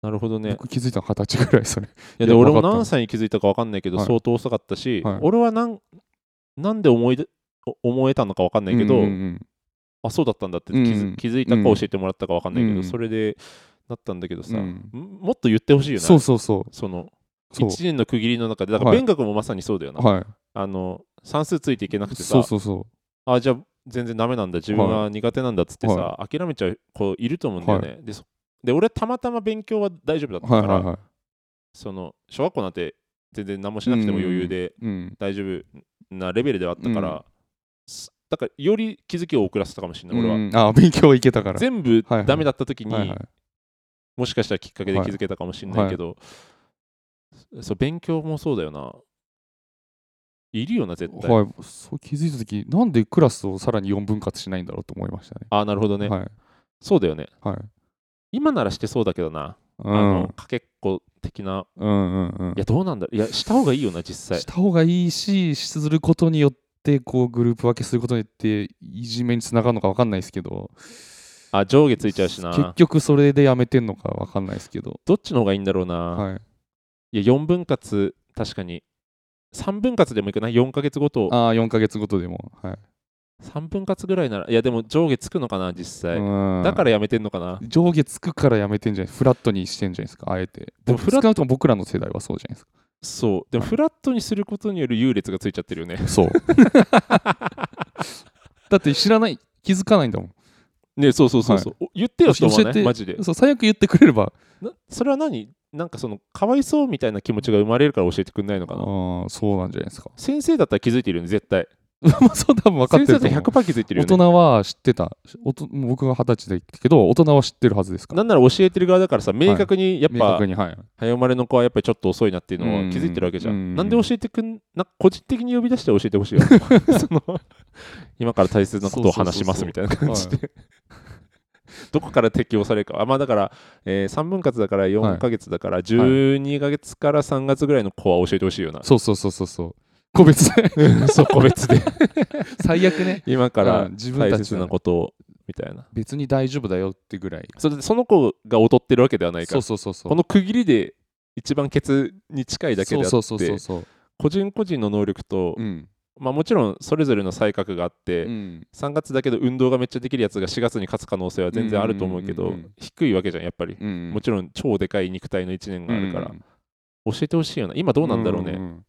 Speaker 2: なるほどね
Speaker 3: 僕気づいたの二十歳ぐらいそれ
Speaker 2: いや
Speaker 3: いや
Speaker 2: で俺も
Speaker 3: わかった
Speaker 2: 何歳に気づいたか分かんないけど
Speaker 3: はい
Speaker 2: 相当遅かったし、
Speaker 3: はい
Speaker 2: 俺はなんなんで思い出お思えたのか分かんないけど、
Speaker 3: うんうん
Speaker 2: あそうだったんだって気づ,、
Speaker 3: うん
Speaker 2: 気づいたか教えてもらったか分かんないけど、
Speaker 3: うん
Speaker 2: それでなったんだけどさ、
Speaker 3: うん
Speaker 2: んもっと言ってほしい
Speaker 3: うん
Speaker 2: よね
Speaker 3: そうそうそう
Speaker 2: その
Speaker 3: そう
Speaker 2: 1年の区切りの中でだから
Speaker 3: はい
Speaker 2: 勉学もまさにそうだよな、
Speaker 3: は
Speaker 2: あの算数ついていけなく
Speaker 3: い
Speaker 2: てさ
Speaker 3: そうそうそ
Speaker 2: あじゃあ全然ダメなんだ自分は苦手なんだっつってさ、
Speaker 3: は
Speaker 2: 諦めちゃう子いると思うんだよね、でそで俺たまたま勉強は大丈夫だった
Speaker 3: う
Speaker 2: か
Speaker 3: は
Speaker 2: ら、
Speaker 3: いはいはい
Speaker 2: その小学校なんて全然何もしなくても余裕で、
Speaker 3: うん
Speaker 2: 大丈夫なレベルではあったから、
Speaker 3: うん
Speaker 2: すだからより気づきを遅らせたかもしれない、
Speaker 3: う
Speaker 2: 俺は
Speaker 3: んああ勉強いけたから
Speaker 2: 全部
Speaker 3: はいはい
Speaker 2: ダメだった時に、
Speaker 3: はいはい
Speaker 2: もしかしたらきっかけで気づけたかもしれないけど、そう勉強もそうだよないるよな絶対、
Speaker 3: はい、そう気づいた時なんでクラスをさらに4分割しないんだろうと思いましたね。
Speaker 2: ああなるほどね、
Speaker 3: はい
Speaker 2: そうだよね
Speaker 3: はい
Speaker 2: 今ならしてそうだけどな、
Speaker 3: うん、
Speaker 2: あのかけっこ的な
Speaker 3: うんうんうん
Speaker 2: いやどうなんだろういやした方がいいよな実際
Speaker 3: した方がいいしすることによってこうグループ分けすることによっていじめにつながるのか分かんないですけど
Speaker 2: あ上下ついちゃうしな
Speaker 3: 結局それでやめてんのか分かんないですけど、
Speaker 2: どっちの方がいいんだろうな、
Speaker 3: は
Speaker 2: い、
Speaker 3: い、
Speaker 2: や4分割確かに3分割でもいいかな4ヶ月ごと
Speaker 3: ああ4ヶ月ごとでも、はい
Speaker 2: 3分割ぐらいならいやでも上下つくのかな実際、
Speaker 3: うん
Speaker 2: だからやめてんのかな
Speaker 3: 上下つくからやめてんじゃないフラットにしてんじゃないですかあえて
Speaker 2: でも
Speaker 3: 僕
Speaker 2: フラッ
Speaker 3: 少なくとも僕らの世代はそうじゃないですか
Speaker 2: そうでもフラットにすることによる優劣がついちゃってるよね
Speaker 3: そう [laughs] だって知らない気づかないんだもん
Speaker 2: ねそうそうそうそう、お言ってよしと思わな
Speaker 3: 教え
Speaker 2: い
Speaker 3: て
Speaker 2: マジで
Speaker 3: そう最悪言ってくれれば
Speaker 2: なそれは何なんかそのかわいそうみたいな気持ちが生まれるから教えてくんないの
Speaker 3: あ
Speaker 2: かな
Speaker 3: ーそうなんじゃないですか [laughs]
Speaker 2: 先生だったら気づいてるよね絶対
Speaker 3: まあそう多分分かって
Speaker 2: 先生
Speaker 3: る
Speaker 2: だ
Speaker 3: と思
Speaker 2: っ
Speaker 3: う
Speaker 2: て100%気づいてる
Speaker 3: 大
Speaker 2: よね
Speaker 3: 人は知ってたおともう僕が二十歳だけど大人は知ってるはずですか
Speaker 2: な
Speaker 3: ら
Speaker 2: んなら教えてる側だからさ明確にやっ
Speaker 3: 明
Speaker 2: ぱ
Speaker 3: 確にはい
Speaker 2: 早生まれの子はやっぱりちょっと遅いなっていうの
Speaker 3: うん
Speaker 2: は気づいてるわけじゃ
Speaker 3: うん
Speaker 2: ん。なんで教えてくんな個人的に呼び出して教えてほしいよ。
Speaker 3: [laughs]
Speaker 2: その [laughs] 今から大切なことを話しますみたいな感じで。どこから適用されるか。あまあだから、え3分割だから4ヶ月だから、12ヶ月から3月ぐらいの子は教えてほしいよな。
Speaker 3: そうそうそうそうそう個別で
Speaker 2: [laughs] そう、個別で。
Speaker 3: [laughs] 最悪ね
Speaker 2: [laughs] 今から
Speaker 3: うん自分
Speaker 2: 大
Speaker 3: たち
Speaker 2: 切
Speaker 3: の
Speaker 2: なことをみたいな。
Speaker 3: 別に大丈夫だよってぐらい
Speaker 2: それでその子が劣ってるわけではないか
Speaker 3: そう
Speaker 2: ら。
Speaker 3: そうそうそう
Speaker 2: この区切りで一番ケツに近いだけであ
Speaker 3: そう
Speaker 2: っ
Speaker 3: そうそう
Speaker 2: て、
Speaker 3: そう
Speaker 2: 個人個人の能力と、
Speaker 3: うん
Speaker 2: まあ、もちろんそれぞれの才覚があって、
Speaker 3: うん
Speaker 2: 3月だけど運動がめっちゃできるやつが4月に勝つ可能性は全然あると思うけど、
Speaker 3: うんうんうんうん
Speaker 2: 低いわけじゃんやっぱり、
Speaker 3: うん
Speaker 2: もちろん超でかい肉体の1年があるから、
Speaker 3: ん
Speaker 2: 教えてほしいよな今どうなんだろうね、
Speaker 3: ん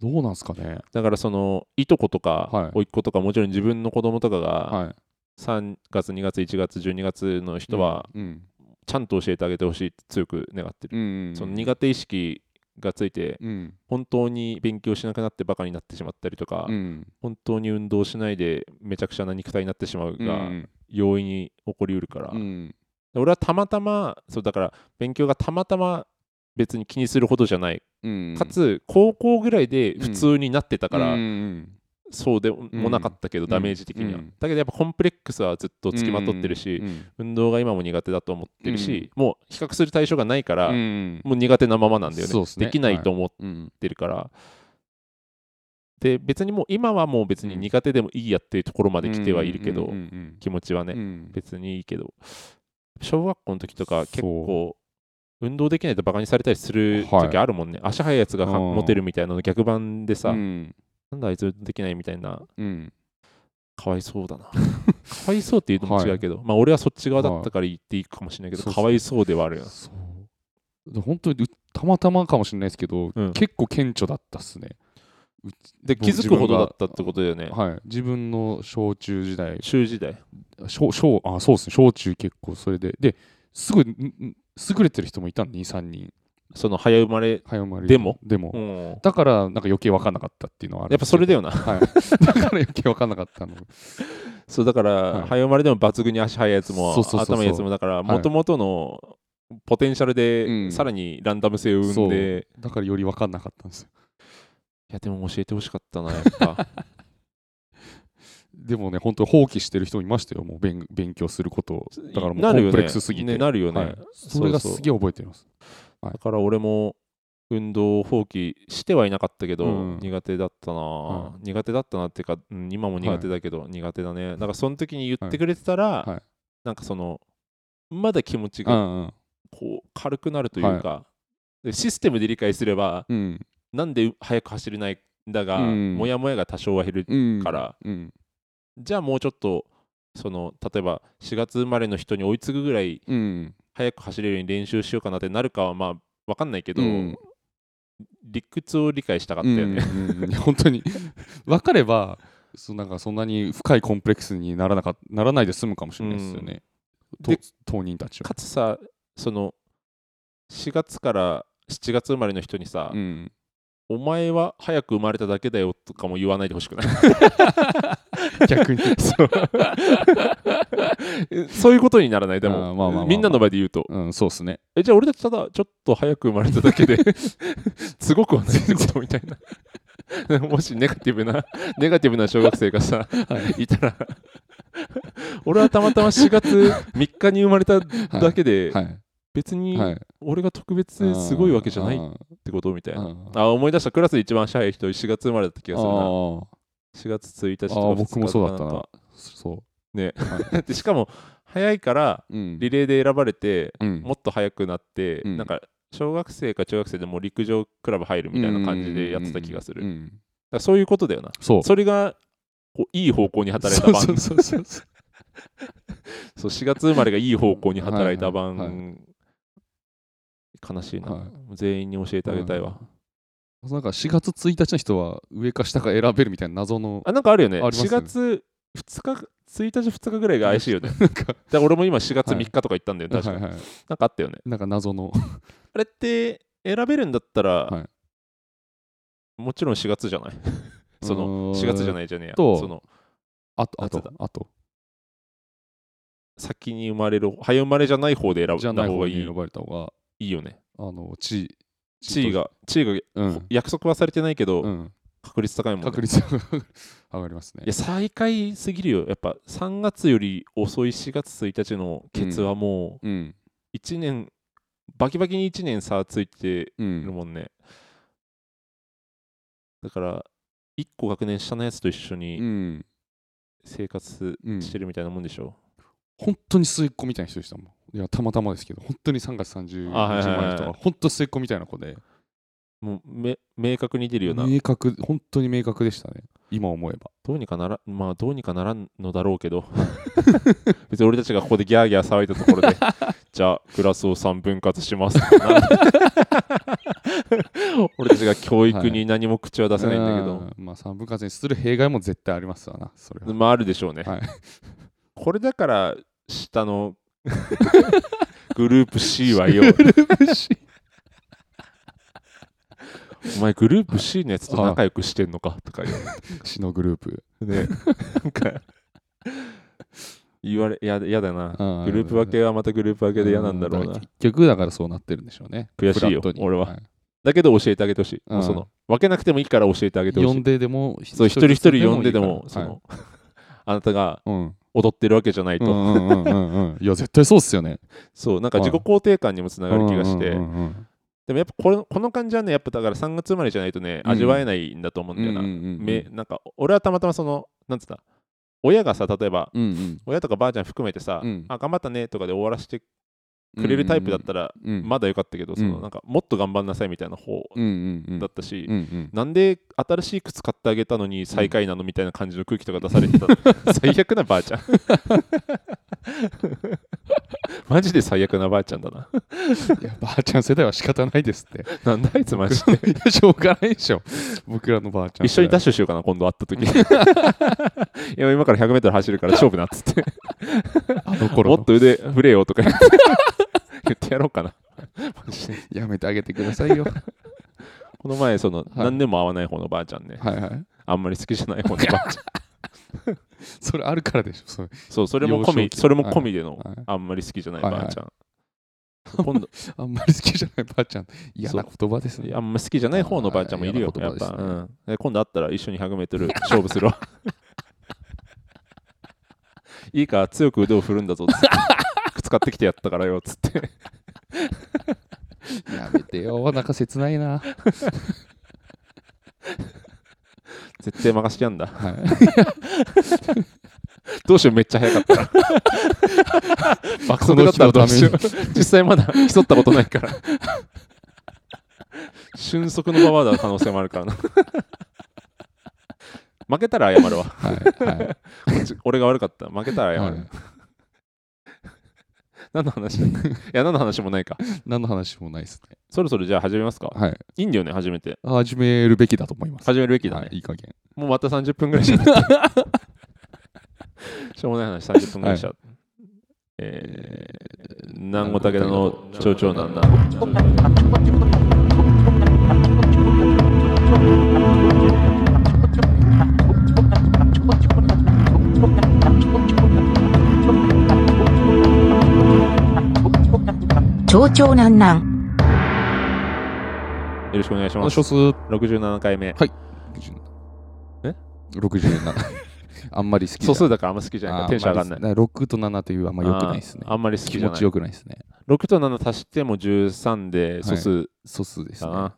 Speaker 3: どうなんすかね
Speaker 2: だからそのいとことか、
Speaker 3: はい
Speaker 2: おいっ子とかもちろん自分の子供とかが
Speaker 3: はい
Speaker 2: 3月2月1月12月の人は
Speaker 3: うん
Speaker 2: ちゃんと教えてあげてほしいって強く願ってる、
Speaker 3: うん
Speaker 2: その苦手意識がついて
Speaker 3: うん
Speaker 2: 本当に勉強しなくなってバカになってしまったりとか、
Speaker 3: うん
Speaker 2: 本当に運動しないでめちゃくちゃな肉体になってしまう
Speaker 3: う
Speaker 2: が
Speaker 3: ん
Speaker 2: 容易に起こりうるから、
Speaker 3: うん
Speaker 2: 俺はたまたまそうだから勉強がたまたま別に気にするほどじゃない、
Speaker 3: うん
Speaker 2: かつ高校ぐらいで普通になってたから、
Speaker 3: うんうん
Speaker 2: そうでもなかったけど、
Speaker 3: ん
Speaker 2: ダメージ的には、
Speaker 3: うん
Speaker 2: だけどやっぱコンプレックスはずっと付きまとってるし、
Speaker 3: うん
Speaker 2: 運動が今も苦手だと思ってるし、もう比較する対象がないから、
Speaker 3: うん
Speaker 2: もう苦手なままなんだよね
Speaker 3: そうっすね
Speaker 2: できないと思っ
Speaker 3: うん
Speaker 2: てるから、で別にもう今はもう別に苦手でもいいやっていうところまで来てはいるけど、
Speaker 3: うんうん
Speaker 2: 気持ちはね
Speaker 3: うんうん
Speaker 2: 別にいいけど小学校の時とか結
Speaker 3: そ
Speaker 2: 構運動できないとバカにされたりする
Speaker 3: はい
Speaker 2: 時あるもんね、足速いやつがか
Speaker 3: うん
Speaker 2: モテるみたいなの逆版でさ、
Speaker 3: うん
Speaker 2: なんだあいつ運動できないみたいな
Speaker 3: うん
Speaker 2: かわいそうだな [laughs] かわいそうって言うのも違うけど、まあ俺はそっち側だったから言っていいかもしれないけど、
Speaker 3: はい
Speaker 2: かわいそうではあるよな
Speaker 3: そうで本当にうたまたまかもしれないですけど、
Speaker 2: うん
Speaker 3: 結構顕著だったっすね
Speaker 2: で
Speaker 3: もう
Speaker 2: 気づくほどだったってことだよね
Speaker 3: はい自分の小中時代
Speaker 2: 中時代
Speaker 3: 小小あそうですね小中結構それでですごいんん優れてる人もいたん23人
Speaker 2: その早生まれ
Speaker 3: 早生まれ
Speaker 2: でも
Speaker 3: でも、
Speaker 2: うん
Speaker 3: だからなんか余計分かんなかったっていうのはある
Speaker 2: やっぱそれだよな
Speaker 3: はい、 [laughs] だから余計分かんなかったの
Speaker 2: そうだから、
Speaker 3: はい
Speaker 2: 早生まれでも抜群に足速いやつも
Speaker 3: そうそうそうそう
Speaker 2: 頭いいやつもだから
Speaker 3: い
Speaker 2: もともとのポテンシャルで、
Speaker 3: うん
Speaker 2: さらにランダム性を生んで
Speaker 3: だからより分かんなかったんですよ
Speaker 2: いやでも教えてほしかったなやっぱ
Speaker 3: でもね本当放棄してる人もいましたよもう勉勉強することを [laughs] だからもう
Speaker 2: なるよね
Speaker 3: コンプレックスすぎて、
Speaker 2: ねなるよね、
Speaker 3: はい、それがすげえ覚えてます
Speaker 2: だから俺も運動を放棄してはいなかったけど、
Speaker 3: うん
Speaker 2: 苦手だったな、
Speaker 3: は
Speaker 2: 苦手だったなっていうか、うん今も苦手だけど、苦手だねだからその時に言ってくれてたら、
Speaker 3: いはい
Speaker 2: なんかそのまだ気持ち
Speaker 3: う
Speaker 2: が
Speaker 3: んうん
Speaker 2: こう軽くなるというか、でシステムで理解すれば
Speaker 3: うん
Speaker 2: なんで速く走れないんだが、
Speaker 3: うん
Speaker 2: モヤモヤが多少は減る
Speaker 3: うん
Speaker 2: から、
Speaker 3: うん
Speaker 2: じゃあもうちょっとその例えば4月生まれの人に追いつぐぐらい
Speaker 3: うん
Speaker 2: 速く走れるように練習しようかなってなるかはまあ分かんないけど、
Speaker 3: うん
Speaker 2: 理屈を理解したか
Speaker 3: あ
Speaker 2: ったよね、
Speaker 3: [laughs] 本当に分かればそなんかそんなに深いコンプレックスにならなかならないで済むかもしれないですよね、と
Speaker 2: で
Speaker 3: 当人たちは
Speaker 2: かつさその4月から7月生まれの人にさ、 [laughs]
Speaker 3: うん
Speaker 2: お前は早く生まれただけだよとかも言わないでほし
Speaker 3: [laughs]
Speaker 2: くない
Speaker 3: 逆に。
Speaker 2: そうそういうことにならないで
Speaker 3: あーまあまあまあま
Speaker 2: も
Speaker 3: あ
Speaker 2: みんなの場で言うと
Speaker 3: うん、そうっすね。
Speaker 2: えじゃあ俺たちただちょっと早く生まれただ
Speaker 3: [laughs]
Speaker 2: けですごくはないってことみたいな [laughs] もしネガティブなネガティブな小学生がさ、い、たら俺はたまたま4月3日に生まれただけで、
Speaker 3: はい。
Speaker 2: 別に
Speaker 3: はい。
Speaker 2: 俺が特別すごいわけじゃないってことみたいな
Speaker 3: あ
Speaker 2: あ思い出したクラスで一番シャイ人4月生まれだった気がするな
Speaker 3: ー
Speaker 2: 4月1日とか
Speaker 3: あー、僕もそうだった
Speaker 2: 2日
Speaker 3: な
Speaker 2: か。
Speaker 3: そ
Speaker 2: なん [laughs] かでしかも早いから
Speaker 3: う。うん。
Speaker 2: リレーで選ばれて
Speaker 3: うん
Speaker 2: もっと早くなって、
Speaker 3: うん
Speaker 2: なんか小学生か中学生でもう陸上クラブ入るみたいな感じでやってた気がする、
Speaker 3: うん
Speaker 2: だ
Speaker 3: うんうんうん
Speaker 2: からそういうことだよな
Speaker 3: そう。
Speaker 2: それがこういい方向に働いた版
Speaker 3: そうそうそうそう。
Speaker 2: そう4月生まれがいい方向に働いた版、
Speaker 3: はいはい
Speaker 2: 悲しいな、
Speaker 3: はい
Speaker 2: 全員に教えてあげたいわ、
Speaker 3: うん。なんか4月1日の人は上か下か選べるみたいな謎の。
Speaker 2: あなんかあるよね
Speaker 3: あります
Speaker 2: 4月2日1日2日ぐらいが怪しいよね
Speaker 3: なんか、
Speaker 2: だから俺も今4月3
Speaker 3: はい
Speaker 2: 日とか行ったんだよ、確かに、
Speaker 3: はいはい
Speaker 2: なんかあったよね
Speaker 3: なんか謎の。
Speaker 2: あれって選べるんだったら、
Speaker 3: はい
Speaker 2: もちろん4月じゃない [laughs] その
Speaker 3: の。
Speaker 2: 4月じゃないいじゃねえや
Speaker 3: と
Speaker 2: その
Speaker 3: あと、あ
Speaker 2: 夏
Speaker 3: と、あと。
Speaker 2: 先に生まれる早生まれじゃない方で選
Speaker 3: じゃ
Speaker 2: ぶ
Speaker 3: ない
Speaker 2: 方
Speaker 3: 方
Speaker 2: が
Speaker 3: に
Speaker 2: いい
Speaker 3: 選ばれた方が、
Speaker 2: いいよね
Speaker 3: あの、地位。
Speaker 2: 地位が地位が、
Speaker 3: うん。
Speaker 2: 約束はされてないけど、
Speaker 3: うん。
Speaker 2: 確率高いもん、ね、
Speaker 3: 確率が [laughs] 上がりますね
Speaker 2: いや。最下位すぎるよやっぱ3月より遅い4月1日のケツはも
Speaker 3: うん。
Speaker 2: う1年、バキバキに1年差ついて
Speaker 3: う
Speaker 2: る
Speaker 3: ん。
Speaker 2: もんね、だから1個学年下のやつと一緒
Speaker 3: う
Speaker 2: に
Speaker 3: ん。
Speaker 2: 生活
Speaker 3: うん
Speaker 2: してるみたいなもんでしょ、
Speaker 3: 本当に末っ子みたいな人でしたもん。いや、たまたまですけど、本当に3月30
Speaker 2: あ
Speaker 3: 日生ま
Speaker 2: はいはいはい
Speaker 3: れの人が、本当末っ子みたいな子で、
Speaker 2: もうめ明確に出るような
Speaker 3: 明確、本当に明確でしたね。今思えば。
Speaker 2: どうにかならまあどうにかならんのだろうけど [laughs] 別に俺たちがここでギャーギャー騒いだところ
Speaker 3: [laughs]
Speaker 2: でじゃあグラスを3分割しますってな俺たちが教育に何も口は出せないんだけど、
Speaker 3: うんまあ、3分割にする弊害も絶対ありますわな、それは。
Speaker 2: まああるでしょうね、
Speaker 3: はい
Speaker 2: これだから下
Speaker 3: [laughs]
Speaker 2: のグループ C はよお前グループ C のやつと仲良くしてんのかとか言われて
Speaker 3: 死のグループ。 [laughs]
Speaker 2: ね、なんか言われややだな
Speaker 3: うん
Speaker 2: グループ分けはまたグループ分けで嫌なんだろう
Speaker 3: うん
Speaker 2: な
Speaker 3: から結局、だからそうなってるんでしょうね。
Speaker 2: 悔しいよ
Speaker 3: フラットに
Speaker 2: 俺は。
Speaker 3: い
Speaker 2: だけど教えてあげてほしい、
Speaker 3: うん
Speaker 2: もうその分けなくてもいいから教えてあげてほ
Speaker 3: 呼
Speaker 2: し
Speaker 3: ん
Speaker 2: い
Speaker 3: ででも、
Speaker 2: そう一人一人呼んでで
Speaker 3: いい
Speaker 2: も
Speaker 3: から
Speaker 2: そ
Speaker 3: はい
Speaker 2: の [laughs] あなたが
Speaker 3: うん
Speaker 2: 踊ってるわけじゃないと、
Speaker 3: うんうんうんうんうんいや、絶対そうっすよね。
Speaker 2: そうなんか自己肯定感にもつながる気がして、
Speaker 3: うんうん
Speaker 2: でもやっぱこのこの感じはねやっぱだから3月生まれじゃないとね
Speaker 3: うん
Speaker 2: 味わえないんだと思うん
Speaker 3: うん
Speaker 2: だよ
Speaker 3: うん
Speaker 2: な、
Speaker 3: うんうんうん
Speaker 2: めなんか俺はたまたまそのなんつった親がさ例えば
Speaker 3: うんうん
Speaker 2: 親とかばあちゃん含めてさ、
Speaker 3: うん
Speaker 2: あ頑張ったねとかで終わらせてくれるタイプだったら、
Speaker 3: うん
Speaker 2: まだ良かったけど、そうの
Speaker 3: ん
Speaker 2: なんかもっと頑張んなさいみたいな方
Speaker 3: うんうんうん
Speaker 2: だったし、
Speaker 3: うんうん
Speaker 2: なんで新しい靴買ってあげたのに最下位なのみたいな感じの空気とか出されてたの
Speaker 3: [laughs]
Speaker 2: 最悪なばあちゃんマジで最悪なばあちゃんだな
Speaker 3: いやばあちゃん世代は仕方ないです
Speaker 2: [laughs]
Speaker 3: って。
Speaker 2: なんだあいつマジで
Speaker 3: いやしょうがないでしょ。僕らのばあちゃん
Speaker 2: 一緒にダッ
Speaker 3: し
Speaker 2: シュしようかな今度会った時いや今から 100m 走るから勝負なっつって
Speaker 3: あの頃
Speaker 2: も
Speaker 3: の
Speaker 2: っと腕振れよとか言って言ってやろうかなマジで
Speaker 3: やめてあげてくださいよ。
Speaker 2: この前その、
Speaker 3: い
Speaker 2: 何年も会わない方のばあちゃんね
Speaker 3: はいはい。
Speaker 2: あんまり好きじゃない方のばあちゃん
Speaker 3: それあるからでしょ。それ
Speaker 2: そう、それも込
Speaker 3: 幼少
Speaker 2: み、
Speaker 3: 期
Speaker 2: それも込みでの、
Speaker 3: はい
Speaker 2: あんまり好きじゃないば
Speaker 3: はいはい
Speaker 2: あちゃん。今度、
Speaker 3: あんまり好きじゃないばあちゃん。嫌な言葉ですね。
Speaker 2: あんまり好きじゃない方のばあちゃんもいるよ、
Speaker 3: 嫌
Speaker 2: や
Speaker 3: な
Speaker 2: っ
Speaker 3: 言葉
Speaker 2: ぱ。うんで今度会ったら一緒に 100m 勝負するわ。いいか、強く腕を振るんだぞ、つって靴買ってきてやったからよ、つって。
Speaker 3: やめてよ。なんか切ないな。
Speaker 2: 絶対任してやんだ。
Speaker 3: はい。
Speaker 2: どうしよう、めっちゃ速
Speaker 3: [laughs]
Speaker 2: かったら。爆
Speaker 3: こ
Speaker 2: 速だ
Speaker 3: の
Speaker 2: っ
Speaker 3: 日
Speaker 2: たら
Speaker 3: の
Speaker 2: どう
Speaker 3: ため
Speaker 2: しよ
Speaker 3: に
Speaker 2: う。実際まだ競ったことないから。瞬足のババアだ可能性もあるからな。負けたら謝るわ。
Speaker 3: はい。はい。
Speaker 2: ち俺が悪かった。負けたら謝る。
Speaker 3: はい
Speaker 2: 何の話だっけいや、何の話もないか。
Speaker 3: 何の話もないですね。
Speaker 2: そろそろじゃあ始めますか。
Speaker 3: はい。
Speaker 2: いいんだよね、初めて。
Speaker 3: 始めるべきだと思います。
Speaker 2: 始めるべきだね。
Speaker 3: はい。いい加減。
Speaker 2: もうまた30分ぐらいしちゃっ
Speaker 3: [laughs]
Speaker 2: た。しょうもない話、30分ぐらいしちゃった。えー、南郷武田の長長なんだ。
Speaker 1: 「
Speaker 4: 蝶々なんなん。
Speaker 2: よろしくお願いし
Speaker 3: あの
Speaker 2: ます。
Speaker 3: 少数
Speaker 2: 67回目。え [laughs]
Speaker 3: 67あんまり好きじ
Speaker 2: 素
Speaker 3: ゃない
Speaker 2: 数だからあんま好きじゃないからテンション上がんない。
Speaker 3: い6と7というあんま良くないですね
Speaker 2: あーあんまり好き
Speaker 3: 気
Speaker 2: じゃ
Speaker 3: 持
Speaker 2: ない
Speaker 3: ち。よくないですね
Speaker 2: 6と7足しても13で素数
Speaker 3: 素数です
Speaker 2: だ
Speaker 3: ね
Speaker 2: な。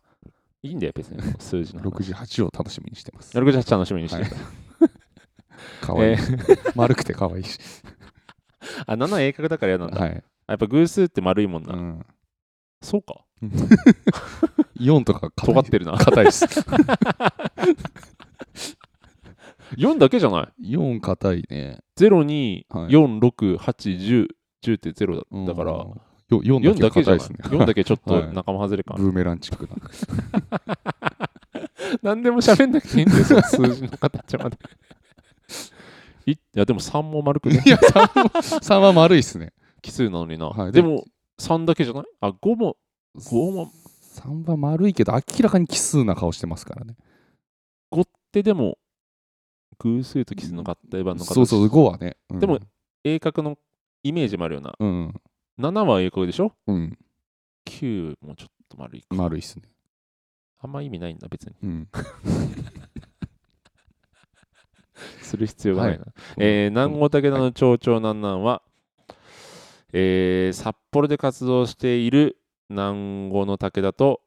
Speaker 2: い、いんだよ、別に数字の話。
Speaker 3: 68を楽しみにしてます
Speaker 2: 68楽しみにして
Speaker 3: は
Speaker 2: る
Speaker 3: い、かわ
Speaker 2: [laughs]
Speaker 3: い
Speaker 2: え
Speaker 3: い丸くてかわいいし
Speaker 2: あ、7鋭角だから嫌なんだ。
Speaker 3: はい
Speaker 2: あやっぱ偶数って丸いもんな。
Speaker 3: [laughs] うん
Speaker 2: そうか。
Speaker 3: 4とか
Speaker 2: 尖って
Speaker 3: [laughs]
Speaker 2: るな。
Speaker 3: 硬いです
Speaker 2: 4だけじゃない。
Speaker 3: 4硬いね
Speaker 2: 0、2、
Speaker 3: はい
Speaker 2: 4、6、8、10。10って0
Speaker 3: うん
Speaker 2: だだから、
Speaker 3: よ4
Speaker 2: 4
Speaker 3: だ
Speaker 2: だ
Speaker 3: け
Speaker 2: けじゃ
Speaker 3: 硬い
Speaker 2: ない。
Speaker 3: ですね
Speaker 2: 4だけちょっと
Speaker 3: はい
Speaker 2: 仲間外れ感。
Speaker 3: ブーメランチッ
Speaker 2: [laughs]
Speaker 3: クな
Speaker 2: 何でも喋んなくていいんですよ、数字の形まで。 [laughs] いいや、でも3も丸く
Speaker 3: [laughs]
Speaker 2: ね
Speaker 3: い。や 3, 3は丸いですね
Speaker 2: 奇数なのにな。
Speaker 3: はい
Speaker 2: でも、3だけじゃないあ、5も、5も、
Speaker 3: 3は丸いけど明らかに奇数な顔してますからね
Speaker 2: 5ってでも、偶数と奇数の合体版の形。
Speaker 3: そうそう5はね、うん
Speaker 2: でも鋭角のイメージもあるよな。
Speaker 3: うん
Speaker 2: 7は鋭角でしょ
Speaker 3: うん、
Speaker 2: ?9 もちょっと丸いか。
Speaker 3: 丸いっすね。
Speaker 2: あんま意味ないんだ、別に。
Speaker 3: うん。
Speaker 2: する必要がないな。
Speaker 3: え
Speaker 2: えー、南郷武田の町長南南は、えー札幌で活動している南郷の武田と、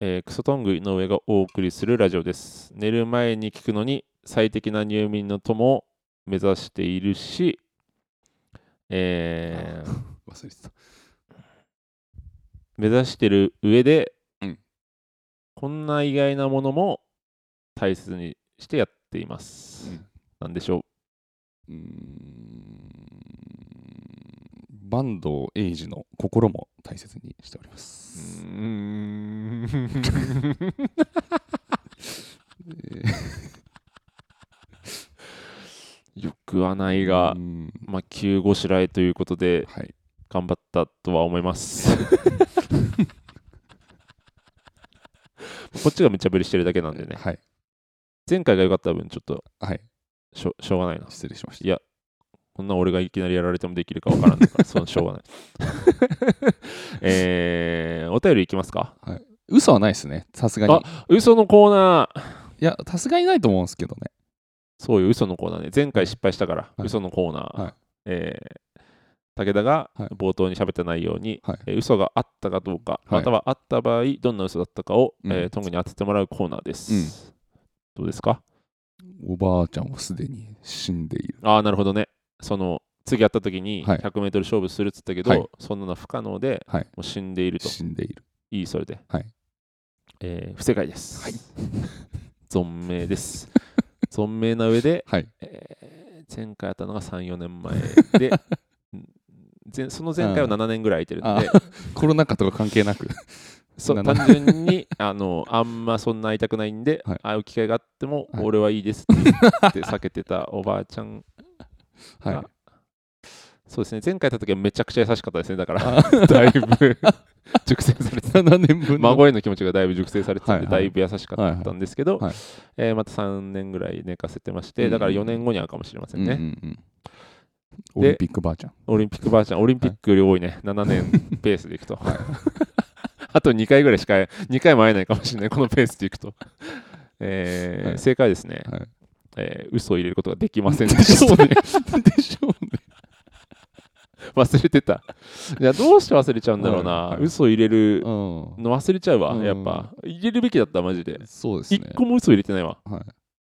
Speaker 2: えークソトング井上がお送りするラジオです。寝る前に聞くのに最適な入眠の友を目指しているし、えー
Speaker 3: [laughs] 忘れてた。
Speaker 2: 目指してる上で、
Speaker 3: うん
Speaker 2: こんな意外なものも大切にしてやっています。
Speaker 3: うん
Speaker 2: なんでしょう
Speaker 3: うーん。バンドエイジの心も大切にして
Speaker 2: [laughs]
Speaker 3: おります。
Speaker 2: よくはないが
Speaker 3: う、ん
Speaker 2: まあ、急ごしらえということで、
Speaker 3: はい。
Speaker 2: 頑張ったとは思い
Speaker 3: [laughs]
Speaker 2: ます。こっちが無茶ぶりしてるだけなんでね、
Speaker 3: はい。
Speaker 2: 前回が良かった分、ちょっと
Speaker 3: はい。
Speaker 2: しょしょうがないな。
Speaker 3: 失礼しまし
Speaker 2: いや、こんな俺がいきなりやられてもできるかわからん
Speaker 3: [laughs]
Speaker 2: から、そのしょうがない。えー、お便りいきますか。
Speaker 3: た。嘘はないですね。さすがに。い
Speaker 2: 嘘のコーナー。
Speaker 3: や、さすがにないと思うんですけどね。
Speaker 2: そうよ、嘘のコーナーね。前回失敗したから、
Speaker 3: はい
Speaker 2: 嘘のコーナー。
Speaker 3: はい
Speaker 2: えー武田が
Speaker 3: はい
Speaker 2: 冒頭に喋った内容に、
Speaker 3: はい
Speaker 2: えー嘘があったかどうか、
Speaker 3: はい
Speaker 2: またはあった場合、どんな嘘だったかを、
Speaker 3: うん
Speaker 2: えートングに当ててもらうコーナーです。どうですか
Speaker 3: おばあちゃんはすでに死んでいる。
Speaker 2: ああ、なるほどね。その次やった時に
Speaker 3: はい
Speaker 2: 100m 勝負するっつったけど、
Speaker 3: はい
Speaker 2: そんなのは不可能で、
Speaker 3: はい
Speaker 2: もう死んでいると。
Speaker 3: 死んでいる。
Speaker 2: いい、それで。
Speaker 3: はい
Speaker 2: えー不正解です。
Speaker 3: はい
Speaker 2: 存命
Speaker 3: [laughs]
Speaker 2: です。存命な上で、
Speaker 3: はい。
Speaker 2: えー前回あったのが3、4年前で、うん前その前回は7年ぐらい空いてるんで、
Speaker 3: [laughs] コロナ禍とか関係なく。
Speaker 2: [laughs] そう
Speaker 3: 7
Speaker 2: 単純に [laughs] あのあんまそんな会いたくないんで、
Speaker 3: はい
Speaker 2: 会う機会があっても、
Speaker 3: はい
Speaker 2: 俺はいいですって言って避けてたおばあちゃん、
Speaker 3: [laughs] はい。
Speaker 2: そうですね、前回会った時はめちゃくちゃ優しかったですね、だから、
Speaker 3: あだいぶ
Speaker 2: [laughs] 熟成されて、
Speaker 3: 7年分の
Speaker 2: 孫への気持ちがだいぶ熟成されてたんで、
Speaker 3: はいはい
Speaker 2: だいぶ優しかったんですけど、
Speaker 3: はいはい
Speaker 2: えーまた3年ぐらい寝かせてまし
Speaker 3: うん
Speaker 2: て、
Speaker 3: うん
Speaker 2: だから4年後に会うかもしれませんね。
Speaker 3: うんうんうんオリンピックばあちゃん。
Speaker 2: オリンピックばあちゃん、オリンピックより多いね、7年ペースでいくと。 [laughs] あと2回ぐらいしか、2回も会えないかもしれない、このペースでいくと。えー
Speaker 3: はい
Speaker 2: 正解ですね、
Speaker 3: はい
Speaker 2: えー嘘を入れることができませんで
Speaker 3: でし
Speaker 2: し
Speaker 3: ょ
Speaker 2: た
Speaker 3: うね。
Speaker 2: [laughs]
Speaker 3: でしょうね。
Speaker 2: 忘れてた。いや、どうして忘れちゃうんだろうな、
Speaker 3: はいはい
Speaker 2: 嘘を入れる
Speaker 3: う
Speaker 2: の忘れちゃうわ、
Speaker 3: うん
Speaker 2: やっぱ。入れるべきだった、マジで。
Speaker 3: ん。そうですね
Speaker 2: 1。個も嘘を入れてないわ。
Speaker 3: はい。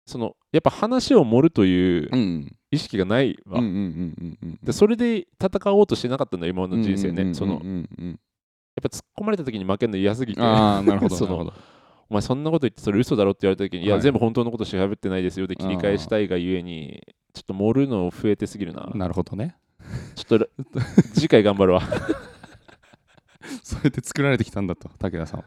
Speaker 2: そのやっぱ話を盛るという
Speaker 3: うん。
Speaker 2: 意識がないわ。
Speaker 3: うんうんうんうんうん。
Speaker 2: でそれで戦おうとしてなかったんだよ、今の人生ね。そのや
Speaker 3: うんうんうんうん
Speaker 2: っぱ突っ込まれた時に負けるの嫌すぎて、
Speaker 3: ああ、なるほど。
Speaker 2: [laughs] その
Speaker 3: なるほど
Speaker 2: お前そんなこと言ってそれ嘘だろって言われた時に、い、や
Speaker 3: はい
Speaker 2: 全部本当のことしか喋ってないですよで切り返したいがゆえにちょっと盛るの増えてすぎるな
Speaker 3: なるほどね。
Speaker 2: ちょっと次回頑張るわ
Speaker 3: それで作られてきたんだと、武田さんは。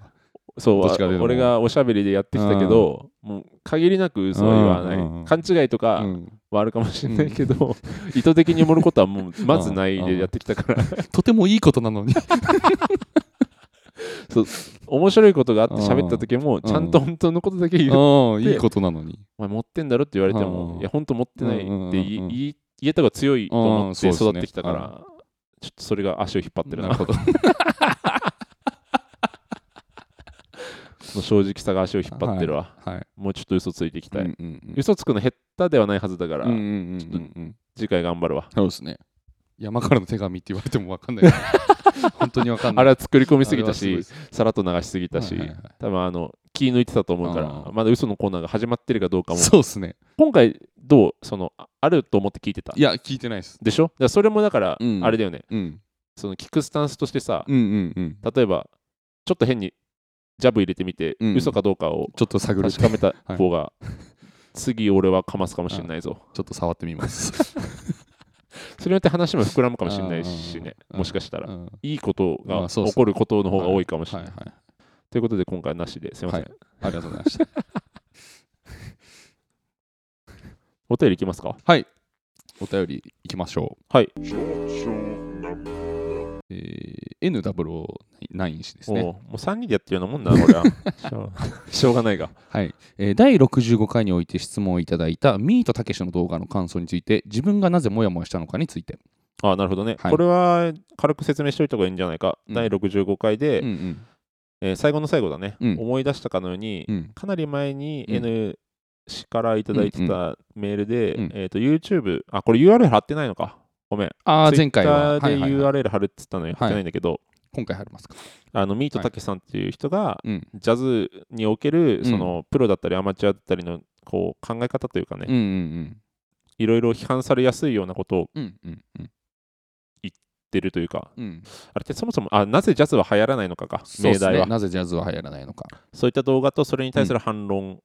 Speaker 2: そう
Speaker 3: [laughs] どっちかでも
Speaker 2: 俺がおしゃべりでやってきたけどもう限りなく嘘は言わない、
Speaker 3: うんうんうん
Speaker 2: 勘違いとか
Speaker 3: うん
Speaker 2: はあるかもしれないけど、意図的に盛ることはもうまずない
Speaker 3: うんう
Speaker 2: で
Speaker 3: ん
Speaker 2: やってきたから
Speaker 3: とてもいいことなのに。
Speaker 2: そう面白いことがあって喋った時も
Speaker 3: ん
Speaker 2: ちゃんと本当のことだけ言う、お
Speaker 3: うんいいことなのに。
Speaker 2: 前持ってんだろって言われて
Speaker 3: う
Speaker 2: も
Speaker 3: ん
Speaker 2: いや本当持ってないって
Speaker 3: うんうんうんうん
Speaker 2: 言い言い言えた方が強いと思って
Speaker 3: うんそうですね
Speaker 2: 育ってきたから、ちょっとそれが足を引っ張ってるな [laughs]
Speaker 3: なるほど。
Speaker 2: その正直さが足を引っ張ってるわ、 [laughs]
Speaker 3: はい。
Speaker 2: もうちょっと嘘ついていきたい、
Speaker 3: うんうんうん
Speaker 2: 嘘つくの減ったではないはずだから、
Speaker 3: うんうんうんうんうん
Speaker 2: 次回頑張るわ
Speaker 3: そうですね。山からの手紙って言われても分かん
Speaker 2: [laughs]
Speaker 3: ないから。本当に分かんな
Speaker 2: あ
Speaker 3: い。
Speaker 2: れ
Speaker 3: れ
Speaker 2: は作り込みすぎ
Speaker 3: は
Speaker 2: た
Speaker 3: すごい
Speaker 2: し
Speaker 3: です、
Speaker 2: さらっと流しすぎたし、
Speaker 3: はいはいはい
Speaker 2: 多分あの気抜いてたと思うから
Speaker 3: う、ん
Speaker 2: まだ嘘のコーナーが始まってるかどうかも、
Speaker 3: そうですね。
Speaker 2: 今回どうそのああると思って聞いてた
Speaker 3: いや、聞いてないです。
Speaker 2: でしょだからそれもだから、
Speaker 3: うん
Speaker 2: あれだよね
Speaker 3: うん。
Speaker 2: その聞くスタンスとしてさ、
Speaker 3: うんうんうん。
Speaker 2: 例えばちょっと変にジャブ入れてみて、
Speaker 3: うん
Speaker 2: 嘘かどうかを
Speaker 3: ちょっと探る。
Speaker 2: 確
Speaker 3: ちょ
Speaker 2: か
Speaker 3: [laughs]
Speaker 2: めた方が、次俺はかますかもしれないぞ
Speaker 3: っと触ってみます。
Speaker 2: それによって話も膨らむかもしれないしね
Speaker 3: うん
Speaker 2: もしかしたら、
Speaker 3: うん
Speaker 2: いいこと
Speaker 3: ま
Speaker 2: が
Speaker 3: あそうっすね
Speaker 2: 起こることの方が多いかもしれ
Speaker 3: は
Speaker 2: ないい、
Speaker 3: はい。
Speaker 2: ということで今回はなしですいません、
Speaker 3: はいありがとうござい
Speaker 2: [laughs]
Speaker 3: ました。
Speaker 2: お便りいきますか
Speaker 3: お便りいきましょう。
Speaker 2: はい。
Speaker 3: えー、N009 氏です
Speaker 2: おう
Speaker 3: ね。
Speaker 2: もう3人でやってるようなもんな、
Speaker 3: [laughs]
Speaker 2: これは。しょうしょうがないが。
Speaker 3: はい、えー第65回において質問をいただいたミートたけしの動画の感想について自分がなぜモヤモヤしたのかについて、
Speaker 2: ああ、なるほどね。
Speaker 3: はい
Speaker 2: これは軽く説明しておいた方がいいんじゃないか。
Speaker 3: うん
Speaker 2: 第65回で、
Speaker 3: うんうん
Speaker 2: えー最後の最後だね、
Speaker 3: うん
Speaker 2: 思い出したかのように、
Speaker 3: うん
Speaker 2: かなり前に
Speaker 3: うん
Speaker 2: N 氏からいただいてたメールで、
Speaker 3: うん
Speaker 2: えー、と YouTube、あ、これ URL 貼ってないのか。ごめん。
Speaker 3: ああ前回
Speaker 2: Twitter
Speaker 3: は
Speaker 2: で
Speaker 3: はいはいはい
Speaker 2: URL 貼るって言ったのに貼ってないんだけど、
Speaker 3: 今回入りますか、
Speaker 2: あのミートたけしさんっていう人が、
Speaker 3: うん
Speaker 2: ジャズにおける
Speaker 3: ん
Speaker 2: その、プロだったりアマチュアだったりのこう考え方というかね、
Speaker 3: うんうん
Speaker 2: いろいろ批判されやすいようなことを
Speaker 3: うんうんうんうん
Speaker 2: 言ってるというか、
Speaker 3: うん
Speaker 2: あれってそもそもあなぜジャズは流行らないのかか、
Speaker 3: そう
Speaker 2: 命
Speaker 3: っす
Speaker 2: 題
Speaker 3: ね
Speaker 2: は。
Speaker 3: なぜジャズは流行らないのか
Speaker 2: そういった動画とそれに対する反論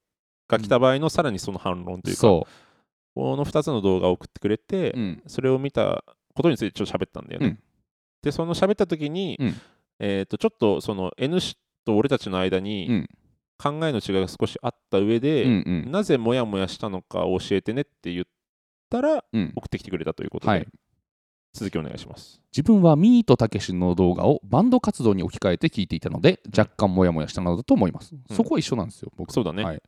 Speaker 2: が来た場合のさらにその反論というか、
Speaker 3: そ
Speaker 2: この2つの動画を送ってくれて、
Speaker 3: う、うん
Speaker 2: それを見たことについてちょっと喋ったんだよね。
Speaker 3: うん
Speaker 2: で、その喋った時に、
Speaker 3: うん
Speaker 2: えー、とちょっとその N 氏と俺たちの間
Speaker 3: う
Speaker 2: に
Speaker 3: ん
Speaker 2: 考えの違いが少しあった上で、
Speaker 3: うんうん
Speaker 2: なぜモヤモヤしたのか教えてねって言ったら
Speaker 3: うん
Speaker 2: 送ってきてくれたということで、
Speaker 3: はい、
Speaker 2: 続きお願いします。
Speaker 3: 自分はミートたけしの動画をバンド活動に置き換えて聞いていたので若干モヤモヤしたのだと思います、
Speaker 2: うん
Speaker 3: そこは一緒なんですよ僕
Speaker 2: そうだね。
Speaker 3: はい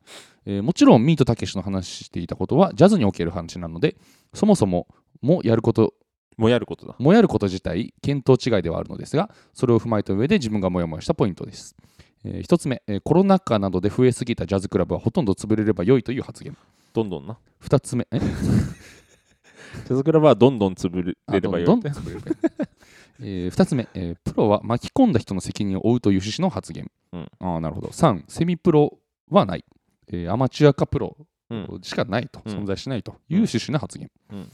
Speaker 3: えーもちろんミートたけしの話していたことはジャズにおける話なのでそもそももやること
Speaker 2: もやることだ。
Speaker 3: もやること自体見当違いではあるのですがそれを踏まえた上で自分がもやもやしたポイントです、え1つ目、えーコロナ禍などで増えすぎたジャズクラブはほとんど潰れれば良いという発言
Speaker 2: どんどんな。
Speaker 3: 2つ目え
Speaker 2: ジャズクラブはどんどん潰
Speaker 3: あ
Speaker 2: れればよい
Speaker 3: どんどん潰れればいい [laughs] え2つ目、えープロは巻き込んだ人の責任を負うという趣旨の発言、
Speaker 2: うん
Speaker 3: あーなるほど3セミプロはない、えーアマチュアかプロ
Speaker 2: うん
Speaker 3: しかないと、
Speaker 2: うん
Speaker 3: 存在しないという趣旨の発言、
Speaker 2: うん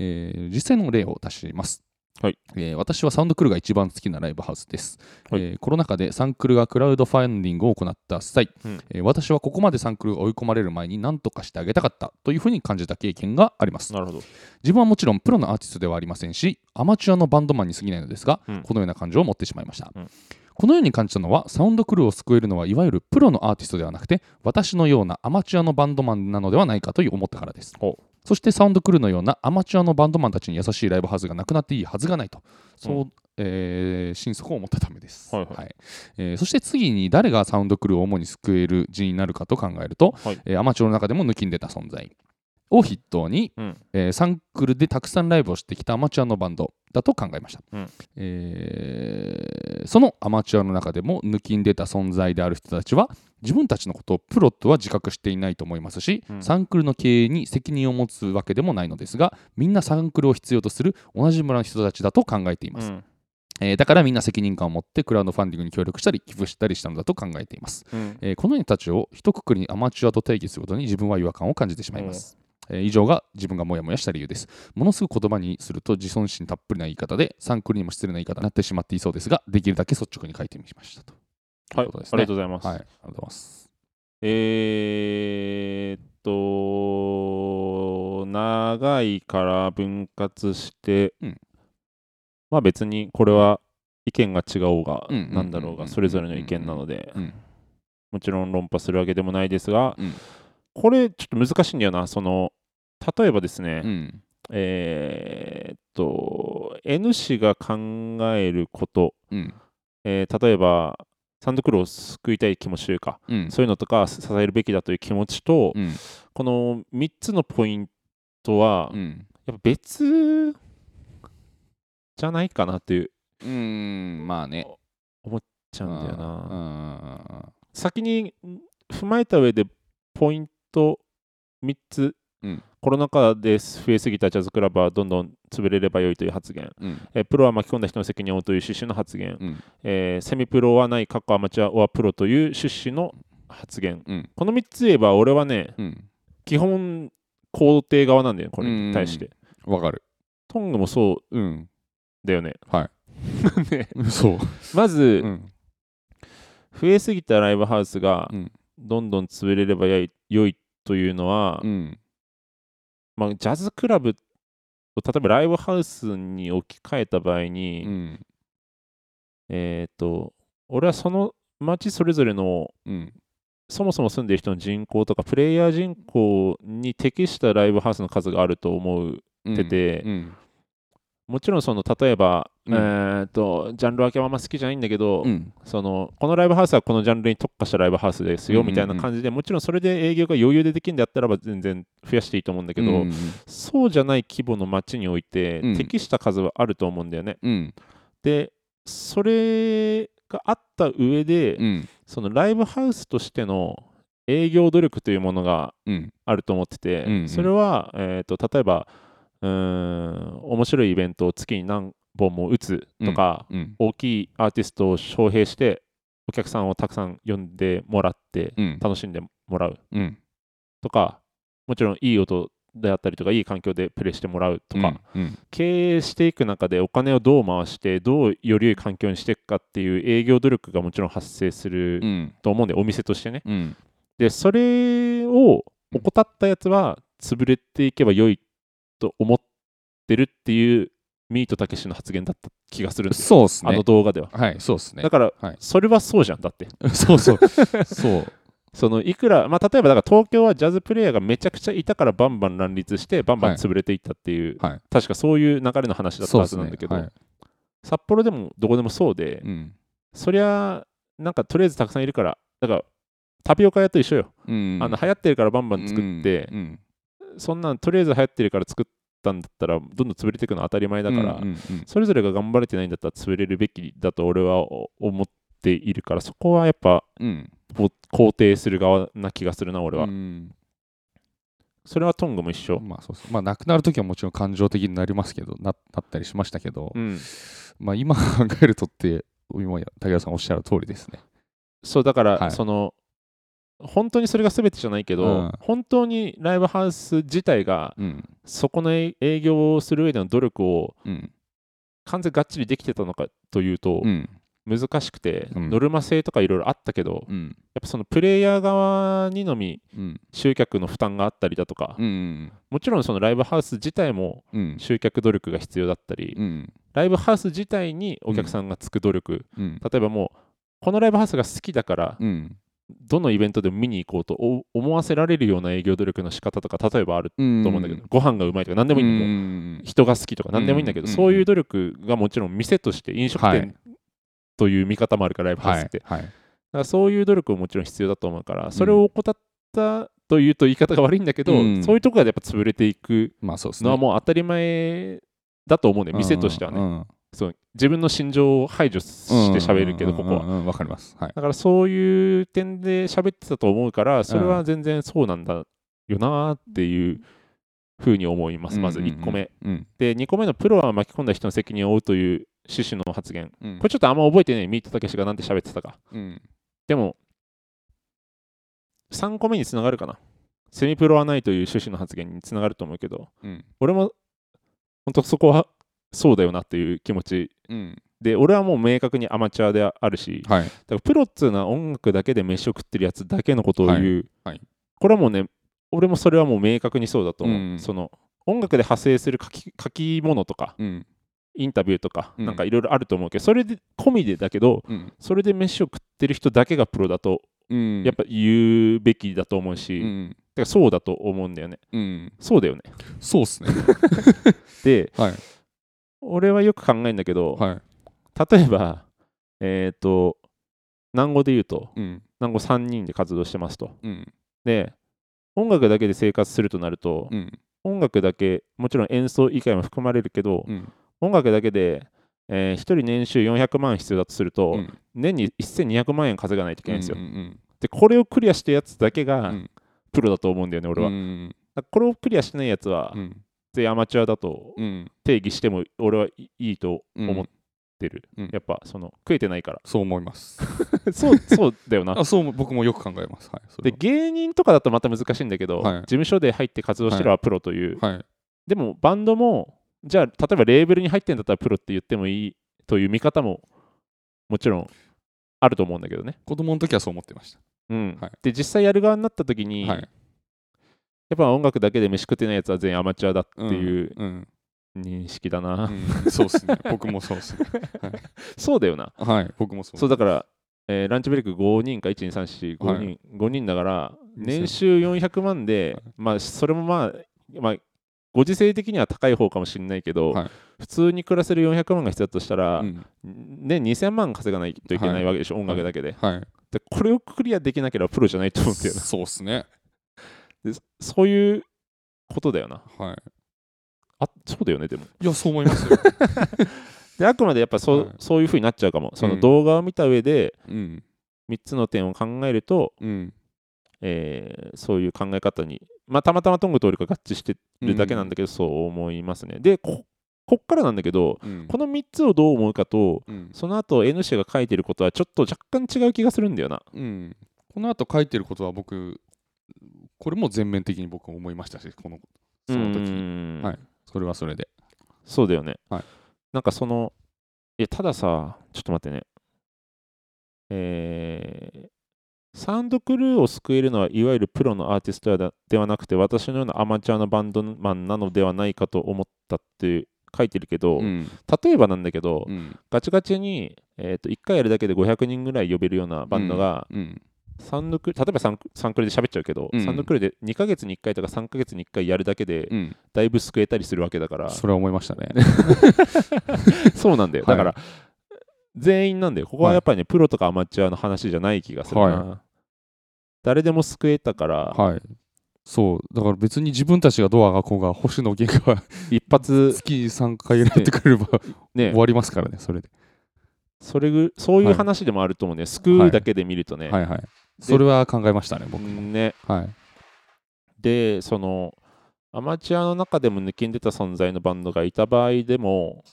Speaker 3: えー実際の例を出します、
Speaker 2: はい
Speaker 3: えー私はサウンドクルーが一番好きなライブハウスです、
Speaker 2: はい
Speaker 3: えーコロナ禍でサンクルがクラウドファンディングを行った際、
Speaker 2: うん
Speaker 3: えー私はここまでサンクルが追い込まれる前に何とかしてあげたかったというふうに感じた経験があります
Speaker 2: なるほど。
Speaker 3: 自分はもちろんプロのアーティストではありませんしアマチュアのバンドマンに過ぎないのですが、
Speaker 2: うん
Speaker 3: このような感情を持ってしまいました、
Speaker 2: うん
Speaker 3: このように感じたのはサウンドクルーを救えるのはいわゆるプロのアーティストではなくて私のようなアマチュアのバンドマンなのではないかという思ったからです
Speaker 2: ほ
Speaker 3: そしてサウンドクルーのようなアマチュアのバンドマンたちに優しいライブハウスがなくなっていいはずがないとそう、
Speaker 2: う
Speaker 3: えー心底思ったためです、
Speaker 2: はいはい
Speaker 3: えーそして次に誰がサウンドクルーを主に救える人になるかと考えると、
Speaker 2: はい
Speaker 3: えーアマチュアの中でも抜きんでた存在を筆頭に、
Speaker 2: うん
Speaker 3: えーサンクルでたくさんライブをしてきたアマチュアのバンドだと考えました、
Speaker 2: うん
Speaker 3: えーそのアマチュアの中でも抜きんでた存在である人たちは自分たちのことをプロとは自覚していないと思いますし、
Speaker 2: うん
Speaker 3: サンクルの経営に責任を持つわけでもないのですがみんなサンクルを必要とする同じ村の人たちだと考えていま
Speaker 2: う
Speaker 3: す、
Speaker 2: ん
Speaker 3: えーだからみんな責任感を持ってクラウドファンディングに協力したり寄付したりしたのだと考えています、
Speaker 2: うん
Speaker 3: えーこの人たちを一括りにアマチュアと定義することに自分は違和感を感じてしまいます、えー以上が自分がモヤモヤした理由ですものすごく言葉にすると自尊心たっぷりな言い方でサンクルにも失礼な言い方になってしまっていそうですができるだけ率直に書いてみましたと
Speaker 2: はい、
Speaker 3: ということです
Speaker 2: ありが
Speaker 3: ね
Speaker 2: とうございます。
Speaker 3: はいありがとうございます
Speaker 2: えー、っと、長いから分割して、
Speaker 3: うん
Speaker 2: まあ別にこれは意見が違おうが、
Speaker 3: うんうんうんうん
Speaker 2: なんだろうが、それぞれの意見なので、
Speaker 3: うん
Speaker 2: もちろん論破するわけでもないですが、
Speaker 3: うん
Speaker 2: これちょっと難しいんだよな、その、例えばですね、
Speaker 3: うん
Speaker 2: えー、っと、N 氏が考えること、
Speaker 3: うん
Speaker 2: えー例えばサンドクローを救いたい気持ちというか、
Speaker 3: うん
Speaker 2: そういうのとか支えるべきだという気持ちと、
Speaker 3: うん
Speaker 2: この3つのポイントは、
Speaker 3: うん
Speaker 2: やっぱ別じゃないかなっていう
Speaker 3: うんまあね
Speaker 2: ちゃうんだよな。
Speaker 3: な
Speaker 2: 先にん踏まえた上でポイント3つ、
Speaker 3: うん
Speaker 2: コロナ禍で増えすぎたジャズクラブはどんどん潰れればよいという発言、
Speaker 3: うんうん
Speaker 2: えープロは巻き込んだ人の責任を負うという趣旨の発言、
Speaker 3: うん
Speaker 2: えーセミプロはない過去アマチュアはプロという趣旨の発言、
Speaker 3: うん
Speaker 2: この3つ言えば俺はね
Speaker 3: うん
Speaker 2: 基本肯定側なんだよねこれに対して、
Speaker 3: わかる
Speaker 2: トングもそう
Speaker 3: うん
Speaker 2: だよね
Speaker 3: はい
Speaker 2: ね
Speaker 3: そう
Speaker 2: まず、
Speaker 3: うん
Speaker 2: 増えすぎたライブハウスが
Speaker 3: うん
Speaker 2: どんどん潰れればよい良いというのは、
Speaker 3: うん
Speaker 2: まあ、ジャズクラブを例えばライブハウスに置き換えた場合に、
Speaker 3: うん
Speaker 2: えっ、と俺はその町それぞれの
Speaker 3: うん
Speaker 2: そもそも住んでる人の人口とかプレイヤー人口に適したライブハウスの数があると思うてて
Speaker 3: うん
Speaker 2: もちろんその例えば、
Speaker 3: うん
Speaker 2: えーとジャンル分けはあんま好きじゃないんだけど、
Speaker 3: うん
Speaker 2: そのこのライブハウスはこのジャンルに特化したライブハウスですよ
Speaker 3: うんう
Speaker 2: み
Speaker 3: んうん
Speaker 2: たいな感じで、もちろんそれで営業が余裕でできるんであったらば全然増やしていいと思うんだけど、
Speaker 3: うん
Speaker 2: そうじゃない規模の町において、
Speaker 3: うん
Speaker 2: 適した数はあると思うんだよね。
Speaker 3: うん
Speaker 2: でそれがあった上で、
Speaker 3: うん
Speaker 2: そのライブハウスとしての営業努力というものが
Speaker 3: うん
Speaker 2: あると思ってて、
Speaker 3: うんうん
Speaker 2: それは、えー、と例えばうーん面白いイベントを月に何本も打つとか、
Speaker 3: うん
Speaker 2: 大きいアーティストを招聘してお客さんをたくさん呼んでもらって
Speaker 3: うん
Speaker 2: 楽しんでもらう
Speaker 3: うん
Speaker 2: とかもちろんいい音であったりとかいい環境でプレイしてもらうとか、
Speaker 3: うん
Speaker 2: 経営していく中でお金をどう回してどうより良い環境にしていくかっていう営業努力がもちろん発生す
Speaker 3: う
Speaker 2: る
Speaker 3: ん
Speaker 2: と思うんで、お店としてね
Speaker 3: うん
Speaker 2: でそれを怠ったやつは潰れていけば良いと思ってるっていうミートたけしの発言だった気がするんですよ
Speaker 3: そうっす
Speaker 2: あの
Speaker 3: ね
Speaker 2: 動画では、
Speaker 3: はいそうっすね
Speaker 2: だから、
Speaker 3: はい
Speaker 2: それはそうじゃんだって
Speaker 3: そう [laughs] そうそう
Speaker 2: そのいくら、まあ、例えばだから東京はジャズプレイヤーがめちゃくちゃいたからバンバン乱立してバンバン潰れていったっていう、
Speaker 3: はい
Speaker 2: 確かそういう流れの話だった
Speaker 3: そう
Speaker 2: は
Speaker 3: っ
Speaker 2: ず
Speaker 3: す
Speaker 2: なん
Speaker 3: ね
Speaker 2: だけど、
Speaker 3: はい
Speaker 2: 札幌でもどこでもそうで、
Speaker 3: うん
Speaker 2: そりゃなんかとりあえずたくさんいるからだからタピオカ屋と一緒よ、
Speaker 3: うん
Speaker 2: あの流行ってるからバンバン作って
Speaker 3: う、ん
Speaker 2: そんなんとりあえず流行ってるから作ったんだったらどんどん潰れていくのは当たり前だから、
Speaker 3: うんうん
Speaker 2: それぞれが頑張れてないんだったら潰れるべきだと俺は思っているからそこはやっぱ
Speaker 3: うん
Speaker 2: こう肯定する側な気がするな
Speaker 3: う
Speaker 2: 俺
Speaker 3: ん
Speaker 2: は、
Speaker 3: うん
Speaker 2: それはトングも一緒、
Speaker 3: まあそうっすまあ亡くなる時はもちろん感情的になりますけどななったりしましたけど
Speaker 2: うん
Speaker 3: まあ今考えるとって今竹田さんおっしゃる通りですね
Speaker 2: そうだから、
Speaker 3: はい
Speaker 2: その本当にそれが全てじゃないけど、
Speaker 3: うん
Speaker 2: 本当にライブハウス自体が
Speaker 3: うん
Speaker 2: そこの営営業をする上での努力を
Speaker 3: うん
Speaker 2: 完全にがっちりできてたのかというと
Speaker 3: う、ん
Speaker 2: 難しくて、
Speaker 3: うん
Speaker 2: ノルマ制とかいろいろあったけど、やっ
Speaker 3: うん
Speaker 2: ぱそのプレイヤー側にのみ
Speaker 3: うん
Speaker 2: 集客の負担があったりだとか、
Speaker 3: うん
Speaker 2: もちろんそのライブハウス自体も
Speaker 3: うん
Speaker 2: 集客努力が必要だったり、
Speaker 3: うん
Speaker 2: ライブハウス自体にお客さんがつく努力、
Speaker 3: うん
Speaker 2: 例えばもうこのライブハウスが好きだから、
Speaker 3: うん
Speaker 2: どのイベントでも見に行こうとお思わせられるような営業努力の仕方とか例えばある
Speaker 3: うんうん
Speaker 2: と思うんだけど、ご飯がうまいとか何で
Speaker 3: で
Speaker 2: もいいんだけど、
Speaker 3: ん
Speaker 2: 人が好きとか何でもいいんだけど、
Speaker 3: うん
Speaker 2: そういう努力がもちろん店として飲食
Speaker 3: は
Speaker 2: 店
Speaker 3: い
Speaker 2: という見方もあるからライブハウス
Speaker 3: は
Speaker 2: っ
Speaker 3: い
Speaker 2: て、だ
Speaker 3: はい
Speaker 2: からそういう努力ももちろん必要だと思うからそれを怠ったというと言い方が悪いんだけど、
Speaker 3: うん
Speaker 2: そういうところでやっぱ潰れていく
Speaker 3: まあそうですね
Speaker 2: のはもう当たり前だと思うね店としてはね、
Speaker 3: ね
Speaker 2: そう自分の心情を排除して喋るけどここは
Speaker 3: はわかりますはい
Speaker 2: だからそういう点で喋ってたと思うから、それは全然そうなんだよなーっていうふうに思います、まず
Speaker 3: うんうんうん
Speaker 2: 1個目。
Speaker 3: うん
Speaker 2: で、2個目のプロは巻き込んだ人の責任を負うという趣旨の発言。
Speaker 3: うん
Speaker 2: これちょっとあんま覚えてない、ミートたけしがなんて喋ってたか。
Speaker 3: うん
Speaker 2: でも、3個目につながるかな。セミプロはないという趣旨の発言につながると思うけど、
Speaker 3: うん
Speaker 2: 俺も本当そこはそうだよなっていう気持ち
Speaker 3: うん
Speaker 2: で、俺はもう明確にアマチュアであるし、
Speaker 3: はい
Speaker 2: だからプロっつうのは音楽だけで飯を食ってるやつだけのことを言う、
Speaker 3: はいはい
Speaker 2: これはもうね俺もそれはもう明確にそうだと思う、
Speaker 3: うん
Speaker 2: その音楽で派生する書き書き物とか
Speaker 3: うん
Speaker 2: インタビューとか、
Speaker 3: うん
Speaker 2: なんかいろいろあると思うけどそれで込みでだけど
Speaker 3: うん
Speaker 2: それで飯を食ってる人だけがプロだと
Speaker 3: うん
Speaker 2: やっぱ言うべきだと思うし、
Speaker 3: う
Speaker 2: だか
Speaker 3: ん
Speaker 2: らそうだと思うんだよね
Speaker 3: うん
Speaker 2: そうだよね
Speaker 3: そうっすね
Speaker 2: で
Speaker 3: はい
Speaker 2: 俺はよく考えるんだけど、
Speaker 3: はい
Speaker 2: 例えばえっ、と南語で言うと
Speaker 3: うん。
Speaker 2: 南語3人で活動してますと
Speaker 3: うん。
Speaker 2: で音楽だけで生活するとなると、
Speaker 3: うん。
Speaker 2: 音楽だけもちろん演奏以外も含まれるけど、
Speaker 3: うん。
Speaker 2: 音楽だけで、え1人年収400万必要だとすると、
Speaker 3: うん
Speaker 2: 年に1200万円稼がないといけないんですよ、
Speaker 3: うんうん
Speaker 2: でこれをクリアしたやつだけが
Speaker 3: うん
Speaker 2: プロだと思うんだよね
Speaker 3: う
Speaker 2: 俺
Speaker 3: ん。
Speaker 2: は、
Speaker 3: う
Speaker 2: だから
Speaker 3: ん。
Speaker 2: これをクリアしてないやつは、
Speaker 3: うん。
Speaker 2: 全員アマチュアだと
Speaker 3: うん。
Speaker 2: 定義しても俺はいいいと思ってる、
Speaker 3: うんうん
Speaker 2: やっぱその食えてないから
Speaker 3: [laughs] そう思います。
Speaker 2: そうそうだよな
Speaker 3: あそう僕もよく考えます。はい。
Speaker 2: [laughs]
Speaker 3: そ
Speaker 2: で
Speaker 3: れ
Speaker 2: 芸人とかだとまた難しいんだけど、
Speaker 3: はい
Speaker 2: 事務所で入って活動してるのはプロという、
Speaker 3: ははい。
Speaker 2: でもバンドもじゃあ例えばレーベルに入ってんだったらプロって言ってもいいという見方ももちろんあると思うんだけどね、
Speaker 3: 子供の時はそう思ってました。
Speaker 2: うん
Speaker 3: はい
Speaker 2: で実際やる側になった時に、
Speaker 3: は
Speaker 2: や
Speaker 3: い。
Speaker 2: っぱ音楽だけで飯食ってないやつは全員アマチュアだっていう
Speaker 3: うん。
Speaker 2: 認識だ
Speaker 3: う
Speaker 2: な、
Speaker 3: んうんそうですね。僕もそうですね。
Speaker 2: そうだよな
Speaker 3: はい。僕もそう。
Speaker 2: そうだから、えーランチブレイク5人か12345人、
Speaker 3: はい
Speaker 2: 5人だから
Speaker 3: 2000
Speaker 2: 年収400万で、
Speaker 3: はい
Speaker 2: まあそれもまあまあご時世的には高い方かもしれないけど、
Speaker 3: はい
Speaker 2: 普通に暮らせる400万が必要だとしたら、
Speaker 3: うん
Speaker 2: ね、2000万稼がないといけないわけでしょ、音楽だけで,、
Speaker 3: はい。
Speaker 2: でこれをクリアできなければプロじゃないと思うんだよな
Speaker 3: そうですね。
Speaker 2: でそういうことだよな
Speaker 3: は
Speaker 2: あそうだよねでも
Speaker 3: い。いや、そう思いますよ。
Speaker 2: であくまでやっぱそう,、
Speaker 3: はい
Speaker 2: そういうふうになっちゃうかもそ
Speaker 3: うん
Speaker 2: の動画を見た上で
Speaker 3: うん。
Speaker 2: 3つの点を考えると、
Speaker 3: うん。
Speaker 2: えーそういう考え方に、まあ、たまたまトングと俺が合致してるだけなんだけど、そう思いますねでここっからなんだけど
Speaker 3: うん。
Speaker 2: この3つをどう思うかと
Speaker 3: うん。
Speaker 2: その後 N 氏が書いてることはちょっと若干違う気がするんだよな
Speaker 3: うん、この後書いてることは僕これも全面的に僕思いましたしこのその時に
Speaker 2: 時
Speaker 3: はいそれはそれで
Speaker 2: そうだよね。
Speaker 3: はい
Speaker 2: なんかその、え、たださ、ちょっと待ってね。えーサウンドクルーを救えるのは、いわゆるプロのアーティストやだではなくて、私のようなアマチュアのバンドマンなのではないかと思ったって書いてるけど、
Speaker 3: うん
Speaker 2: 例えばなんだけど、
Speaker 3: うん
Speaker 2: ガチガチに、えー、と1回やるだけで500人ぐらい呼べるようなバンドが、
Speaker 3: うん
Speaker 2: サウンドクル例えばサンサンクルで喋っちゃうけど、
Speaker 3: うん
Speaker 2: サウンドクルで2ヶ月に1回とか3ヶ月に1回やるだけで、
Speaker 3: うん
Speaker 2: だいぶ救えたりするわけだから、
Speaker 3: [laughs] それは思いましたね [laughs]
Speaker 2: [laughs] そうなんだよ。
Speaker 3: は
Speaker 2: だ
Speaker 3: い
Speaker 2: から、全員なんだよ。ここはやっぱりね、プロとかアマチュアの話じゃない気がするな。
Speaker 3: は
Speaker 2: 誰でも救えたから、
Speaker 3: はいそうだから別に自分たちがドアがこうが星野源が [laughs]
Speaker 2: 一発、
Speaker 3: 月3回やってくれれば
Speaker 2: ね
Speaker 3: 終、わりますからねそれで
Speaker 2: それぐそうい
Speaker 3: は
Speaker 2: う
Speaker 3: い
Speaker 2: 話でもあると思うね。救うだけで見るとね。
Speaker 3: はいはいそれは考えましたね僕
Speaker 2: ね
Speaker 3: はい
Speaker 2: で、その、アマチュアの中でも抜きんでた存在のバンドがいた場合でも、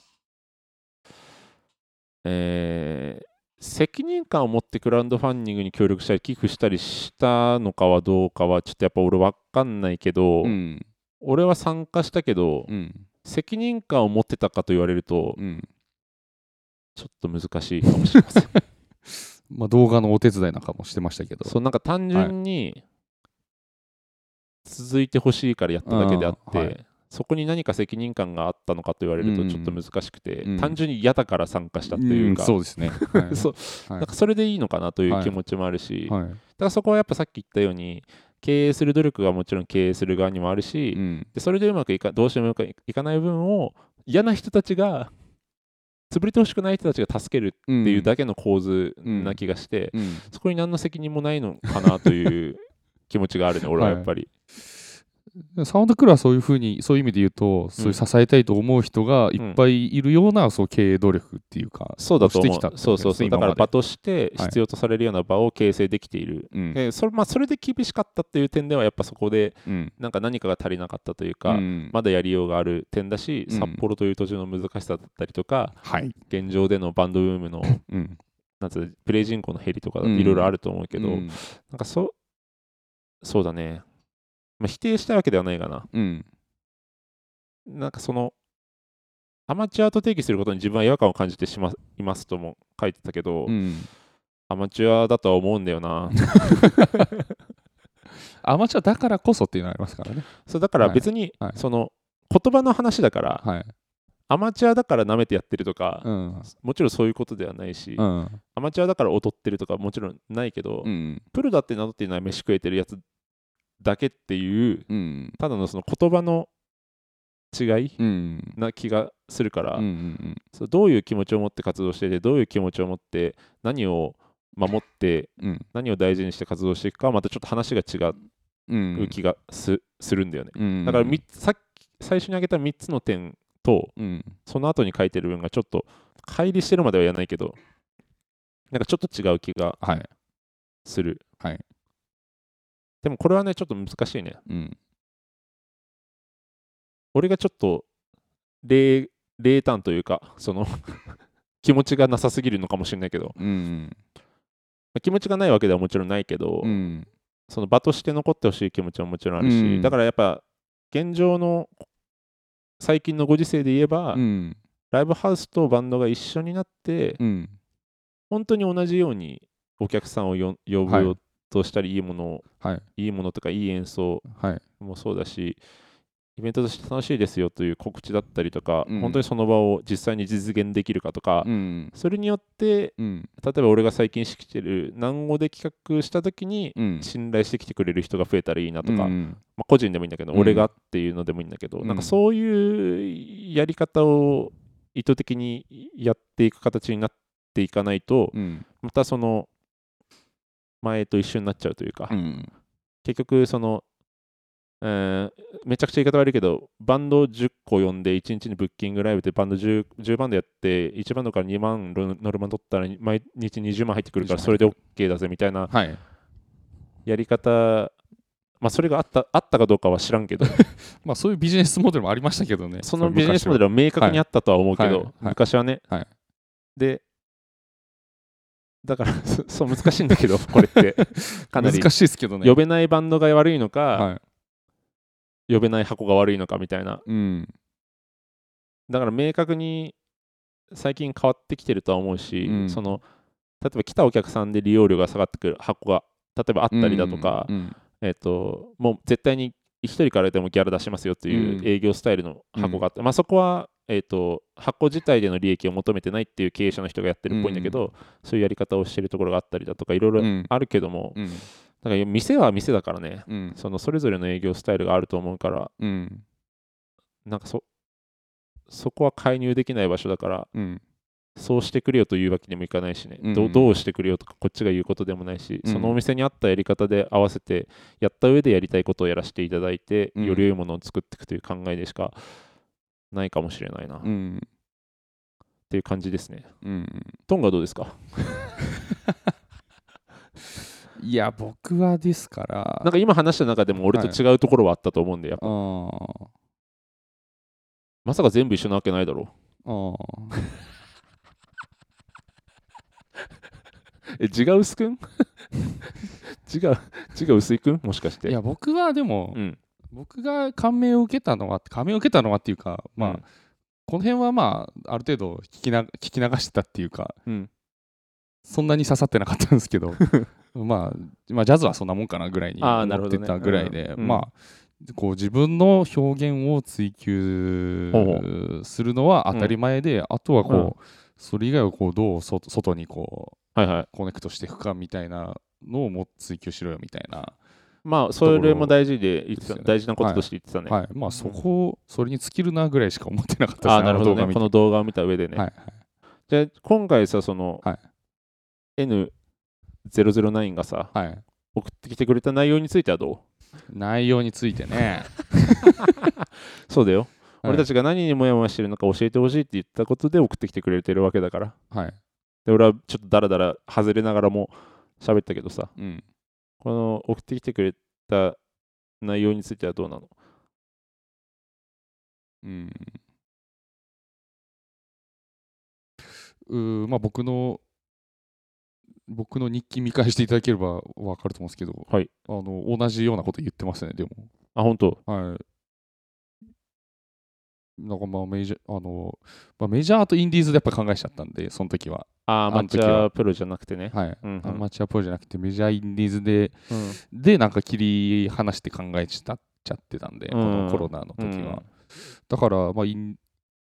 Speaker 2: えー責任感を持ってクラウドファンディングに協力したり寄付したりしたのかはどうかはちょっとやっぱ俺分かんないけど、
Speaker 3: ん
Speaker 2: 俺は参加したけど、
Speaker 3: うん
Speaker 2: 責任感を持ってたかと言われると、
Speaker 3: うん
Speaker 2: ちょっと難しいかもしれ
Speaker 3: [laughs]
Speaker 2: ません。
Speaker 3: まあ動画のお手伝いなんかもしてましたけど
Speaker 2: そうなんか単純に続いてほしいからやっただけであって、
Speaker 3: あーは
Speaker 2: そこに何か責任感があったのかと言われる
Speaker 3: う
Speaker 2: と
Speaker 3: ん
Speaker 2: ちょっと難しくて、
Speaker 3: うん
Speaker 2: 単純に嫌だから参加したというんか、
Speaker 3: [laughs] そうですねはい
Speaker 2: そう
Speaker 3: は
Speaker 2: な
Speaker 3: い
Speaker 2: んかそれでいいのかなという気持ちもあるし、だか
Speaker 3: はい
Speaker 2: らそこはやっぱさっき言ったように経営する努力がもちろん経営する側にもあるし、
Speaker 3: うん
Speaker 2: でそれでうまくいかどうしてもうまくいかない分を嫌な人たちが潰れてほしくない人たちが助けるっ
Speaker 3: って
Speaker 2: いうだけの構図な気がして、
Speaker 3: うん
Speaker 2: そこに何の責任もないのかなという気持ちがある
Speaker 3: [laughs]
Speaker 2: ね俺はやっぱり、
Speaker 3: サウンドクルーはそういうふうにそういう意味で言うと、そういう支えたいと思う人がいっぱいいるような、そう経営努力っていうか、
Speaker 2: そうだと思
Speaker 3: してきたって
Speaker 2: う
Speaker 3: こと
Speaker 2: そうそうそう
Speaker 3: ですね
Speaker 2: だから
Speaker 3: 今ま
Speaker 2: 場として必要とされるような場を形成できている、
Speaker 3: うん
Speaker 2: でそれまあ、それで厳しかったっていう点ではやっぱそこで
Speaker 3: うん
Speaker 2: なんか何かが足りなかったというか、
Speaker 3: うん
Speaker 2: まだやりようがある点だし、
Speaker 3: うん
Speaker 2: 札幌という土地の難しさだったりとか
Speaker 3: はい、
Speaker 2: 現状でのバンドブームの
Speaker 3: うん、
Speaker 2: なんていうのプレイ人口の減りとかだっ
Speaker 3: うん
Speaker 2: ていろいろあると思うけど、
Speaker 3: うん
Speaker 2: なんかそそうだね、まあ、否定したわけではないかな
Speaker 3: うん
Speaker 2: なんかそのアマチュアと定義することに自分は違和感を感じてしまいますとも書いてたけど、
Speaker 3: うん
Speaker 2: アマチュアだとは思うんだよ
Speaker 3: [laughs]
Speaker 2: な
Speaker 3: アマチュアだからこそっていうのがありますからね、
Speaker 2: そうだから
Speaker 3: はい
Speaker 2: 別に、
Speaker 3: はい
Speaker 2: その言葉の話だから、
Speaker 3: はい、
Speaker 2: アマチュアだから舐めてやってるとか、
Speaker 3: うん、
Speaker 2: もちろんそういうことではないし、
Speaker 3: うん、
Speaker 2: アマチュアだから劣ってるとかもちろんないけど、
Speaker 3: うん、
Speaker 2: プロだって名乗っているのは飯食えてるやつだけっていう
Speaker 3: うん、
Speaker 2: ただのその言葉の違い
Speaker 3: うん、うん、
Speaker 2: な気がするから、
Speaker 3: うん、
Speaker 2: そうどういう気持ちを持って活動しててどういう気持ちを持って何を守って
Speaker 3: うん。
Speaker 2: 何を大事にして活動していくかはまたちょっと話が違
Speaker 3: う。
Speaker 2: うん気がす,、するんだよね。
Speaker 3: うん
Speaker 2: だからみさっき最初に挙げた3つの点と
Speaker 3: うん。
Speaker 2: その後に書いてる文がちょっと乖離してるまではやらないけどなんかちょっと違う気が
Speaker 3: はい。
Speaker 2: する。
Speaker 3: はい
Speaker 2: でもこれはねちょっと難しいね。
Speaker 3: うん。
Speaker 2: 俺がちょっと冷冷淡というかその [laughs] 気持ちがなさすぎるのかもしれないけど
Speaker 3: うん。
Speaker 2: 気持ちがないわけではもちろんないけど、
Speaker 3: うん。
Speaker 2: その場として残ってほしい気持ちはもちろんあるし、
Speaker 3: うん
Speaker 2: だからやっぱ現状の最近のご時世で言えば、
Speaker 3: うん。
Speaker 2: ライブハウスとバンドが一緒になって、
Speaker 3: うん。
Speaker 2: 本当に同じようにお客さんをよ呼ぶ
Speaker 3: はい
Speaker 2: よとしたり、いいものを
Speaker 3: はい。
Speaker 2: いいものとかいい演奏
Speaker 3: はい。
Speaker 2: もそうだしイベントとして楽しいですよという告知だったりとか、
Speaker 3: うん
Speaker 2: 本当にその場を実際に実現できるかとか、
Speaker 3: うん。
Speaker 2: それによって
Speaker 3: うん。
Speaker 2: 例えば俺が最近してきてる南語で企画した時に
Speaker 3: うん。
Speaker 2: 信頼してきてくれる人が増えたらいいなとか、
Speaker 3: うん。
Speaker 2: まあ、個人でもいいんだけど、
Speaker 3: うん
Speaker 2: 俺がっていうのでもいいんだけど、
Speaker 3: うん
Speaker 2: なんかそういうやり方を意図的にやっていく形になっていかないと、
Speaker 3: うん。
Speaker 2: またその前と一緒になっちゃうというか、
Speaker 3: うん。
Speaker 2: 結局その、えーめちゃくちゃ言い方悪いけどバンドを10個呼んで1日にブッキングライブでバンド 10, 10バンドやって1バンドから2万ロノルマン取ったら毎日20万入ってくるから
Speaker 3: 20
Speaker 2: それで OK だぜみたいな
Speaker 3: はい。
Speaker 2: やり方まあそれがあったあったかどうかは知らんけど
Speaker 3: まあそういうビジネスモデルもありましたけどね。
Speaker 2: そのビジネスモデ
Speaker 3: ル。
Speaker 2: ルは明確にあったとは思うけど、
Speaker 3: はいはいはい
Speaker 2: 昔はね、
Speaker 3: はい
Speaker 2: でだからそう [laughs] 難しいんだけどこれって [laughs] かなり
Speaker 3: 難しいですけどね。
Speaker 2: 呼べないバンドが悪いのか、
Speaker 3: は。
Speaker 2: 呼べない箱が悪いのかみたいない
Speaker 3: うん。
Speaker 2: だから明確に最近変わってきてるとは思うし、
Speaker 3: うん
Speaker 2: その例えば来たお客さんで利用料が下がってくる箱が例えばあったりだとか、
Speaker 3: うん。
Speaker 2: えっともう絶対に1人からでもギャラ出しますよとい
Speaker 3: うん
Speaker 2: う営業スタイルの箱があって、まあ、そこは、えっと箱自体での利益を求めてないっていう経営者の人がやってるっぽいんだけど、そういうやり方をしてるところがあったりだとかいろいろ
Speaker 3: うん
Speaker 2: あるけども、
Speaker 3: うん。
Speaker 2: なんか店は店だからね、
Speaker 3: うん。
Speaker 2: そのそれぞれの営業スタイルがあると思うから
Speaker 3: うん。
Speaker 2: なんかそそこは介入できない場所だから
Speaker 3: うん。
Speaker 2: そうしてくれよというわけにもいかないしね、
Speaker 3: うん
Speaker 2: どうどうしてくれよとかこっちが言うことでもないし、
Speaker 3: うん
Speaker 2: そのお店に合ったやり方で合わせてやった上でやりたいことをやらせていただいて、
Speaker 3: うん
Speaker 2: より良いものを作っていくという考えでしかないかもしれないな、
Speaker 3: う
Speaker 2: っ
Speaker 3: ん。
Speaker 2: ていう感じですね
Speaker 3: うん。
Speaker 2: トンガはどうですか
Speaker 3: いや、僕はですから。
Speaker 2: なんか今話した中でも俺と違うところはあったと思うんで、やっぱ
Speaker 3: あー
Speaker 2: まさか全部一緒なわけないだろ
Speaker 3: あ [laughs] ー。
Speaker 2: うえ違う薄くん [laughs] 違う違う薄いくんもしかして
Speaker 3: いや、僕はでも、
Speaker 2: うん
Speaker 3: 僕が感銘を受けたのは、感銘を受けたのはっていうか、まあ、
Speaker 2: うん
Speaker 3: この辺はまあ、ある程度聞きな聞き流してたっていうか、
Speaker 2: うん
Speaker 3: そんなに刺さってなかったんです
Speaker 2: [laughs]
Speaker 3: けど、まあ、まあ、ジャズはそんなもんかなぐらいに
Speaker 2: あーなる
Speaker 3: 思
Speaker 2: ほど
Speaker 3: って
Speaker 2: ね
Speaker 3: たぐらいで、
Speaker 2: うん
Speaker 3: まあ、こう自分の表現を追求
Speaker 2: ほうほ
Speaker 3: するのは当たり前で、あとはこう、
Speaker 2: うん
Speaker 3: それ以外をこうどうそ外にこう
Speaker 2: はいはい
Speaker 3: コネクトしていくかみたいなのをもっと追求しろよみたいな、
Speaker 2: まあそれも大事で言って
Speaker 3: です
Speaker 2: た
Speaker 3: よね
Speaker 2: 大事なこととして言ってたね、
Speaker 3: はい、まあそこをそれに尽きるなぐらいしか思ってなかったです
Speaker 2: ああなるほど
Speaker 3: あの動画
Speaker 2: ね
Speaker 3: 見
Speaker 2: こ
Speaker 3: て
Speaker 2: の動画を見た上でね、
Speaker 3: はい
Speaker 2: じゃあ今回さその、
Speaker 3: は
Speaker 2: N009 がさ
Speaker 3: はい、はい、
Speaker 2: 送ってきてくれた内容についてはど
Speaker 3: 内容についてね
Speaker 2: うそうだよ、
Speaker 3: はい
Speaker 2: 俺たちが何にモヤモヤしてるのか教えてほしいって言ったことで送ってきてくれてるわけだから
Speaker 3: はい、
Speaker 2: で俺はちょっとダラダラ外れながらも喋ったけどさ
Speaker 3: うん、
Speaker 2: この送ってきてくれた内容についてはどうなの
Speaker 3: うんうーまあ僕の僕の日記見返していただければわかると思うんですけど、
Speaker 2: はい、
Speaker 3: あの同じようなこと言ってますねでも
Speaker 2: あ本当
Speaker 3: はい。なんかまあメジャー、あの、まあ、メジャーとインディーズでやっぱ考えちゃったんで、その時は。
Speaker 2: ああ
Speaker 3: あ
Speaker 2: マ
Speaker 3: の
Speaker 2: ッチ
Speaker 3: 時
Speaker 2: ャ
Speaker 3: は
Speaker 2: ープロじゃなくてね、
Speaker 3: はい。
Speaker 2: うんう
Speaker 3: ア
Speaker 2: ん
Speaker 3: マチュアプロじゃなくてメジャーインディーズで、
Speaker 2: うん
Speaker 3: で、なんか切り離して考えちゃっちゃってたんで、このコロナの時は。だから、まあイン、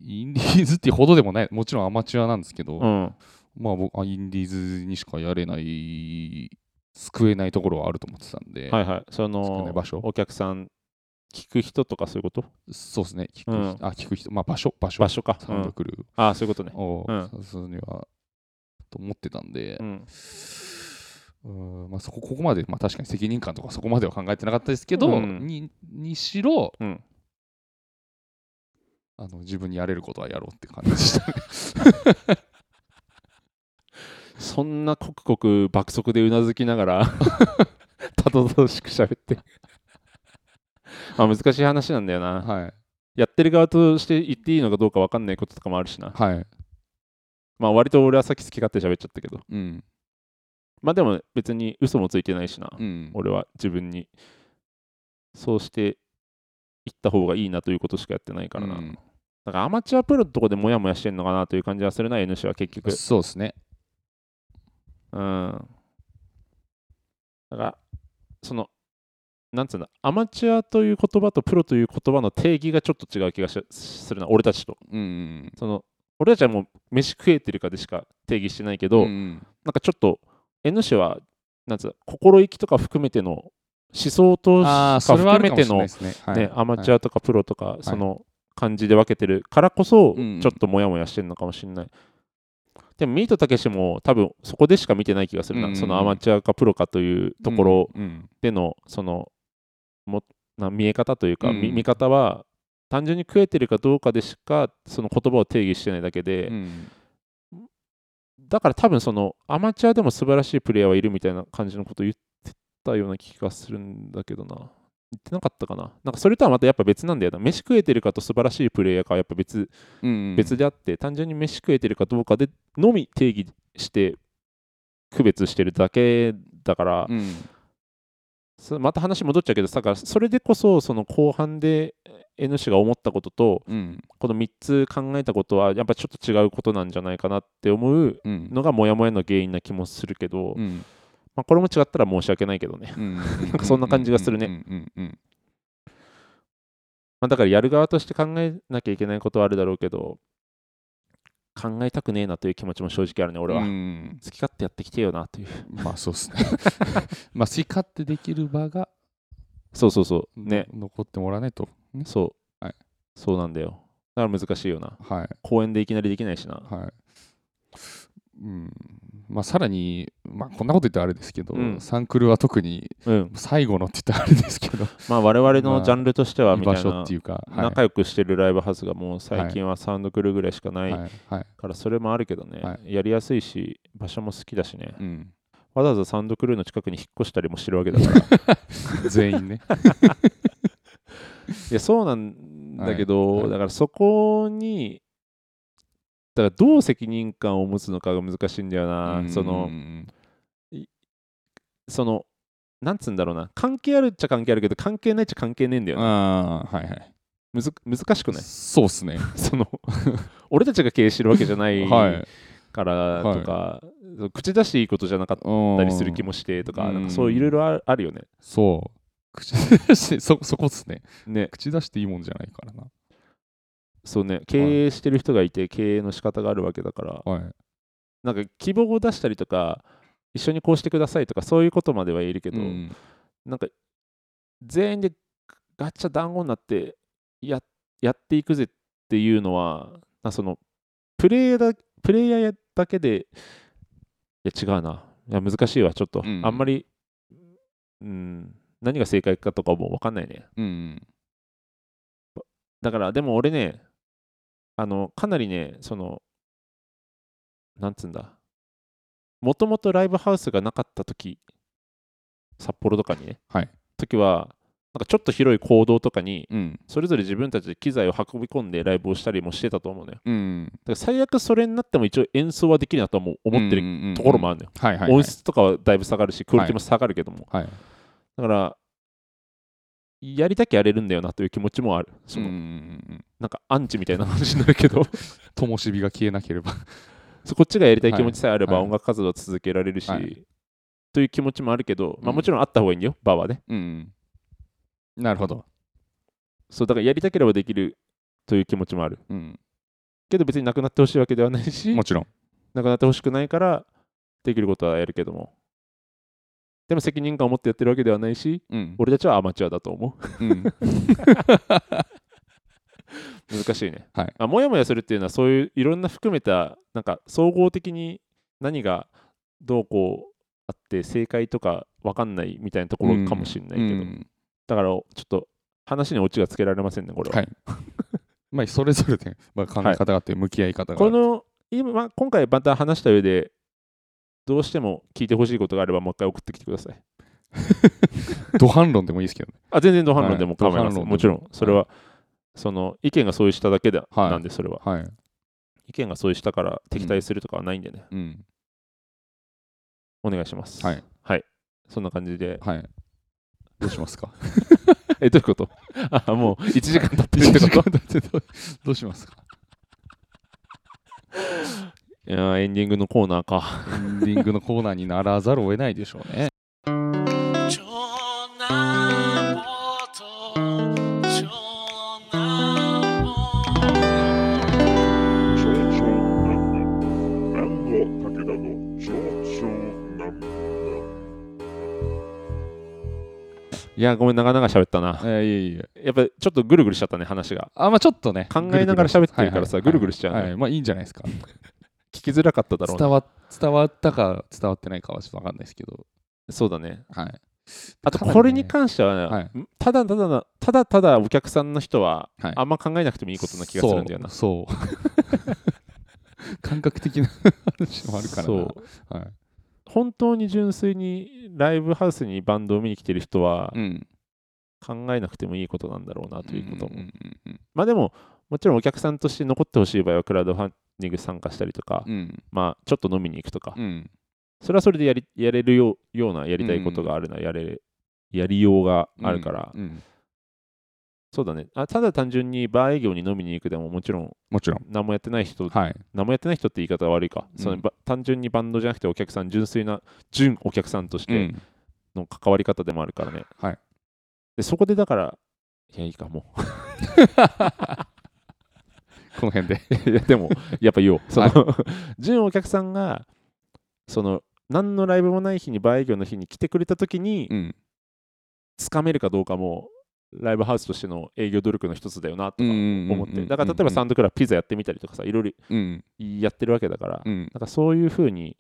Speaker 3: インディーズっていうほどでもない、もちろんアマチュアなんですけど、
Speaker 2: うん
Speaker 3: まあ僕はインディーズにしかやれない、救えないところはあると思ってたんで、
Speaker 2: はいはい。そ
Speaker 3: そうです
Speaker 2: の
Speaker 3: ね場所
Speaker 2: お客さん、聞く人とかそういうこと
Speaker 3: そうですね、聞く,、
Speaker 2: うん
Speaker 3: あ聞く人、まあ場所、場所、
Speaker 2: 場所か。
Speaker 3: サウンドクルー、
Speaker 2: ああ、そういうことね。
Speaker 3: を
Speaker 2: うん
Speaker 3: そうするにはと思ってたんで、
Speaker 2: うん。
Speaker 3: うんまあ、そこここまで、まあ、確かに責任感とかそこまでは考えてなかったですけど、
Speaker 2: うん
Speaker 3: ににしろ、
Speaker 2: うん
Speaker 3: あの自分にやれることはやろうって感じでした
Speaker 2: [laughs]
Speaker 3: ね
Speaker 2: そんなコクコク爆速でうなずきながら [laughs] たどたどしく喋ってまあ難しい話なんだよな
Speaker 3: はい
Speaker 2: やってる側として言っていいのかどうか分かんないこととかもあるしな
Speaker 3: はい
Speaker 2: まあ割と俺はさっき好き勝手喋っちゃったけど
Speaker 3: うん
Speaker 2: まあでも別に嘘もついてないしな、
Speaker 3: うん
Speaker 2: 俺は自分にそうして行った方がいいなということしかやってないからな、
Speaker 3: うん
Speaker 2: だからアマチュアプロのとこでモヤモヤしてんのかなという感じはするな N 氏は結局
Speaker 3: そうですね
Speaker 2: うん。だから、その、なんつうんだ、アマチュアという言葉とプロという言葉の定義がちょっと違う気がしするな、俺たちと。
Speaker 3: うん
Speaker 2: その、俺たちはもう飯食えてるかでしか定義してないけど、
Speaker 3: うん
Speaker 2: なんかちょっと、N 氏は、なんつうの心意気とか含めての、思想と
Speaker 3: あ
Speaker 2: か
Speaker 3: あそれはあ
Speaker 2: 含
Speaker 3: る
Speaker 2: め
Speaker 3: かも
Speaker 2: て
Speaker 3: しれな
Speaker 2: の
Speaker 3: いで、すねはい
Speaker 2: ね、アマチュ
Speaker 3: ア
Speaker 2: アとかプロとか、その感じで分けてるからこそ、
Speaker 3: うん
Speaker 2: ちょっとモヤモヤしてるのかもしれない。でも、ミートたけしも多分そこでしか見てない気がするな、
Speaker 3: うん
Speaker 2: そのアマチュアかプロかというところ
Speaker 3: うん
Speaker 2: での、そのもな見え方というか、
Speaker 3: うん
Speaker 2: み見方は、単純に食えてるかどうかでしか、その言葉を定義してないだけで、
Speaker 3: うん
Speaker 2: だから多分そのアマチュアでも素晴らしいプレイヤーはいるみたいな感じのことを言ってたような気がするんだけどな。言ってなかったかな。なんかそれとはまたやっぱ別なんだよな。飯食えてるかと素晴らしいプレイヤーかはやっぱ別,、
Speaker 3: うん
Speaker 2: 別であって、単純に飯食えてるかどうかでのみ定義して区別してるだけだから、
Speaker 3: うん
Speaker 2: そまた話戻っちゃうけど、だからそれでこそその後半で N 氏が思ったことと、
Speaker 3: うん
Speaker 2: この3つ考えたことはやっぱちょっと違うことなんじゃないかなって思う
Speaker 3: うん
Speaker 2: のがモヤモヤの原因な気もするけど、
Speaker 3: うん
Speaker 2: まあ、これも違ったら申し訳ないけどね、 [laughs]
Speaker 3: うん
Speaker 2: なんかそんな感じがするね
Speaker 3: うんうんうん
Speaker 2: まあ、だからやる側として考えなきゃいけないことはあるだろうけど考えたくねえなという気持ちも正直あるね俺は、
Speaker 3: うん
Speaker 2: 好き勝手やってきてよなという
Speaker 3: まあそうですね。 [laughs] まあ好き勝手できる場が
Speaker 2: そうそうそうね、
Speaker 3: 残ってもらわないと。ね
Speaker 2: そう、
Speaker 3: はい
Speaker 2: そうなんだよだから難しいよな
Speaker 3: はい
Speaker 2: 公園でいきなりできないしな
Speaker 3: はい。うんまあ、さらに、まあ、こんなこと言ったらあれですけど、
Speaker 2: うん
Speaker 3: サンクルは特に
Speaker 2: うん
Speaker 3: 最後のって言ったらあれですけ
Speaker 2: [laughs]
Speaker 3: ど、
Speaker 2: まあ我々
Speaker 3: ま
Speaker 2: の
Speaker 3: あ
Speaker 2: ジャンルとしては
Speaker 3: 居
Speaker 2: みた
Speaker 3: 場
Speaker 2: いな、
Speaker 3: 所っていうか、はい
Speaker 2: 仲良くしてるライブハウスがもう最近はサウンドクルーぐらいしかない
Speaker 3: はいはい
Speaker 2: からそれもあるけどね、
Speaker 3: は
Speaker 2: やりやすいし場所も好きだしね、
Speaker 3: うん、
Speaker 2: わざわざサウンドクルーの近くに引っ越したりもしてるわけだ
Speaker 3: [laughs]
Speaker 2: から [laughs]
Speaker 3: 全員ね。
Speaker 2: いやそうなんだけど、
Speaker 3: はいはい
Speaker 2: だからそこにだからどう責任感を持つのかが難しいんだよな、
Speaker 3: うん
Speaker 2: そのそのなんつうんだろうな関係あるっちゃ関係あるけど関係ないっちゃ関係ねえんだよな
Speaker 3: あーはいはい。
Speaker 2: むず難しくない
Speaker 3: そうっすね。
Speaker 2: [laughs] その [laughs] 俺たちが経営してるわけじゃない
Speaker 3: はい。
Speaker 2: からとか、そう口出していいことじゃなかっ
Speaker 3: うん
Speaker 2: たりする気もしてとか,、
Speaker 3: うん
Speaker 2: なんかそういろいろああるよね
Speaker 3: そう。口出して、そ、そこっすね。
Speaker 2: ね
Speaker 3: 口出していいもんじゃないからな。
Speaker 2: そうね経営してる人がいて経営の仕方があるわけだから、
Speaker 3: はい。
Speaker 2: なんか希望を出したりとか一緒にこうしてくださいとかそういうことまでは言えるけど、
Speaker 3: うん
Speaker 2: なんか全員でガッチャ団子になってややっていくぜっていうのはなそのプレイヤーだプレイヤーだけでいや違うないや難しいわちょっと、
Speaker 3: うん
Speaker 2: あんまり、うん、何が正解かとかも分かんないね
Speaker 3: うん
Speaker 2: だからでも俺ねあのかなりねそのなんつうんだもともとライブハウスがなかった時札幌とかにね、
Speaker 3: はい
Speaker 2: 時はなんかちょっと広い行動とかに
Speaker 3: うん
Speaker 2: それぞれ自分たちで機材を運び込んでライブをしたりもしてたと思うのよ
Speaker 3: うん
Speaker 2: だから最悪それになっても一応演奏はできるなとはもう思ってる
Speaker 3: る
Speaker 2: ところもあ
Speaker 3: る。
Speaker 2: るのよ、
Speaker 3: はいはいはい。
Speaker 2: 音質とかはだいぶ下がるしクオリティも下がるけども、
Speaker 3: はい。
Speaker 2: だからやりたきゃやれるんだよなという気持ちもあるその、
Speaker 3: うん
Speaker 2: なんかアンチみたいな話になるけ
Speaker 3: [laughs]
Speaker 2: ど
Speaker 3: ともし火が消えなければ。
Speaker 2: そうこっちがやりたい気持ちさえあれば
Speaker 3: はい
Speaker 2: 音楽活動は続けられるし、
Speaker 3: はい
Speaker 2: という気持ちもあるけど、まあ、
Speaker 3: うん
Speaker 2: もちろんあった方がいいんだよ、バーはね。
Speaker 3: うん。なるほど。
Speaker 2: そうだからやりたければできるという気持ちもある。
Speaker 3: うん。
Speaker 2: けど別になくなってほしいわけではないし、
Speaker 3: もちろん。
Speaker 2: なくなってほしくないからできることはやるけども。でも責任感を持ってやってるわけではないし、
Speaker 3: うん。
Speaker 2: 俺たちはアマチュアだと思う。
Speaker 3: うん。
Speaker 2: [laughs] 難しいね。
Speaker 3: はい
Speaker 2: まあ、もやもやするっていうのは、そういういろんな含めた、なんか総合的に何がどうこうあっって正解とか分かんないみたいなところかもしれないけど、
Speaker 3: うん
Speaker 2: だからちょっと話にオチがつけられませんねこれは、
Speaker 3: はいまあ、それぞれで、まあ、考え方があって、向き合い方があ
Speaker 2: こ
Speaker 3: って。
Speaker 2: の今まあ今回また話した上でどうしても聞いてほしいことがあればもう一回送ってきてください
Speaker 3: ド反論でもいいですけどね。
Speaker 2: あ全然ド反論でも構いません、
Speaker 3: はいド反論でも
Speaker 2: もちろんそれは、その意見が相違しただけだ、
Speaker 3: はい
Speaker 2: なんでそれは
Speaker 3: はい。
Speaker 2: 意見が相違したから敵対するとかはないんでね、
Speaker 3: うん。
Speaker 2: お願いします
Speaker 3: はい、
Speaker 2: そんな感じ
Speaker 3: [laughs]
Speaker 2: で
Speaker 3: はい。どう
Speaker 2: [laughs]
Speaker 3: しますか
Speaker 2: えどういうこと [laughs] あもう1時間
Speaker 3: [laughs]
Speaker 2: 経ってるって
Speaker 3: 時間
Speaker 2: こ
Speaker 3: 経ってどうどうしますか
Speaker 2: といやーエンディングのコーナーか
Speaker 3: エンディングのコーナーにならざるを得ないでしょ
Speaker 2: [laughs]
Speaker 3: うね。
Speaker 1: 長男坊と長男坊
Speaker 5: 長長南部南部武田の長長南部南部
Speaker 2: いやごめん長々喋ったな
Speaker 3: えー、いえいえ。
Speaker 2: やっぱりちょっとぐるぐるしちゃったね話が
Speaker 3: あ、まあちょっとね。
Speaker 2: 考えながら喋ってるからさぐるぐるしちゃうね
Speaker 3: はいはいはいまあいいんじゃないですか。
Speaker 2: 聞きづらかっただろうね
Speaker 3: 伝わ伝わったか伝わってないかはちょっとわかんないですけど。
Speaker 2: そうだね
Speaker 3: はい。
Speaker 2: あと
Speaker 3: かなりね
Speaker 2: これに関してはね、
Speaker 3: はい
Speaker 2: ただただなただただお客さんの人は
Speaker 3: はい
Speaker 2: あんま考えなくてもいいことな気がするんだよな。
Speaker 3: そう。そう感覚的な話もあるからな。
Speaker 2: そう
Speaker 3: はい。
Speaker 2: 本当に純粋にライブハウスにバンドを見に来てる人は
Speaker 3: うん。
Speaker 2: 考えなくてもいいことなんだろうなということも、
Speaker 3: んんうん
Speaker 2: まあでももちろんお客さんとして残ってほしい場合はクラウドファンディング参加したりとか、
Speaker 3: うん。うん
Speaker 2: まあちょっと飲みに行くとか、
Speaker 3: うん。
Speaker 2: それはそれでやりやれるようようなやりたいことがあるならやれ、やりようがあるから、
Speaker 3: うん
Speaker 2: そうだねあただ単純にバー営業に飲みに行くでももちろん
Speaker 3: もちろん。
Speaker 2: 何もやってない人
Speaker 3: はい。
Speaker 2: 何もやってない人って言い方は悪いか、
Speaker 3: うん
Speaker 2: そのば単純にバンドじゃなくてお客さん純粋な純お客さんとして
Speaker 3: ん
Speaker 2: の関わり方でもあるからね、
Speaker 3: はい
Speaker 2: でそこでだからいやいいかも
Speaker 3: この辺で。
Speaker 2: う [laughs] いやでもやっぱ言おうその、
Speaker 3: は
Speaker 2: [laughs]
Speaker 3: い
Speaker 2: 純お客さんがその何のライブもない日にバー営業の日に来てくれた時に
Speaker 3: うん。
Speaker 2: つかめるかどうかもライブハウスとしての営業努力の一つだよなとか思
Speaker 3: 思
Speaker 2: ってだから例えばサンドクラブピザやってみたりとかさいろい
Speaker 3: うん。
Speaker 2: ろやってるわけだから、
Speaker 3: うん。
Speaker 2: なんかそういうふうに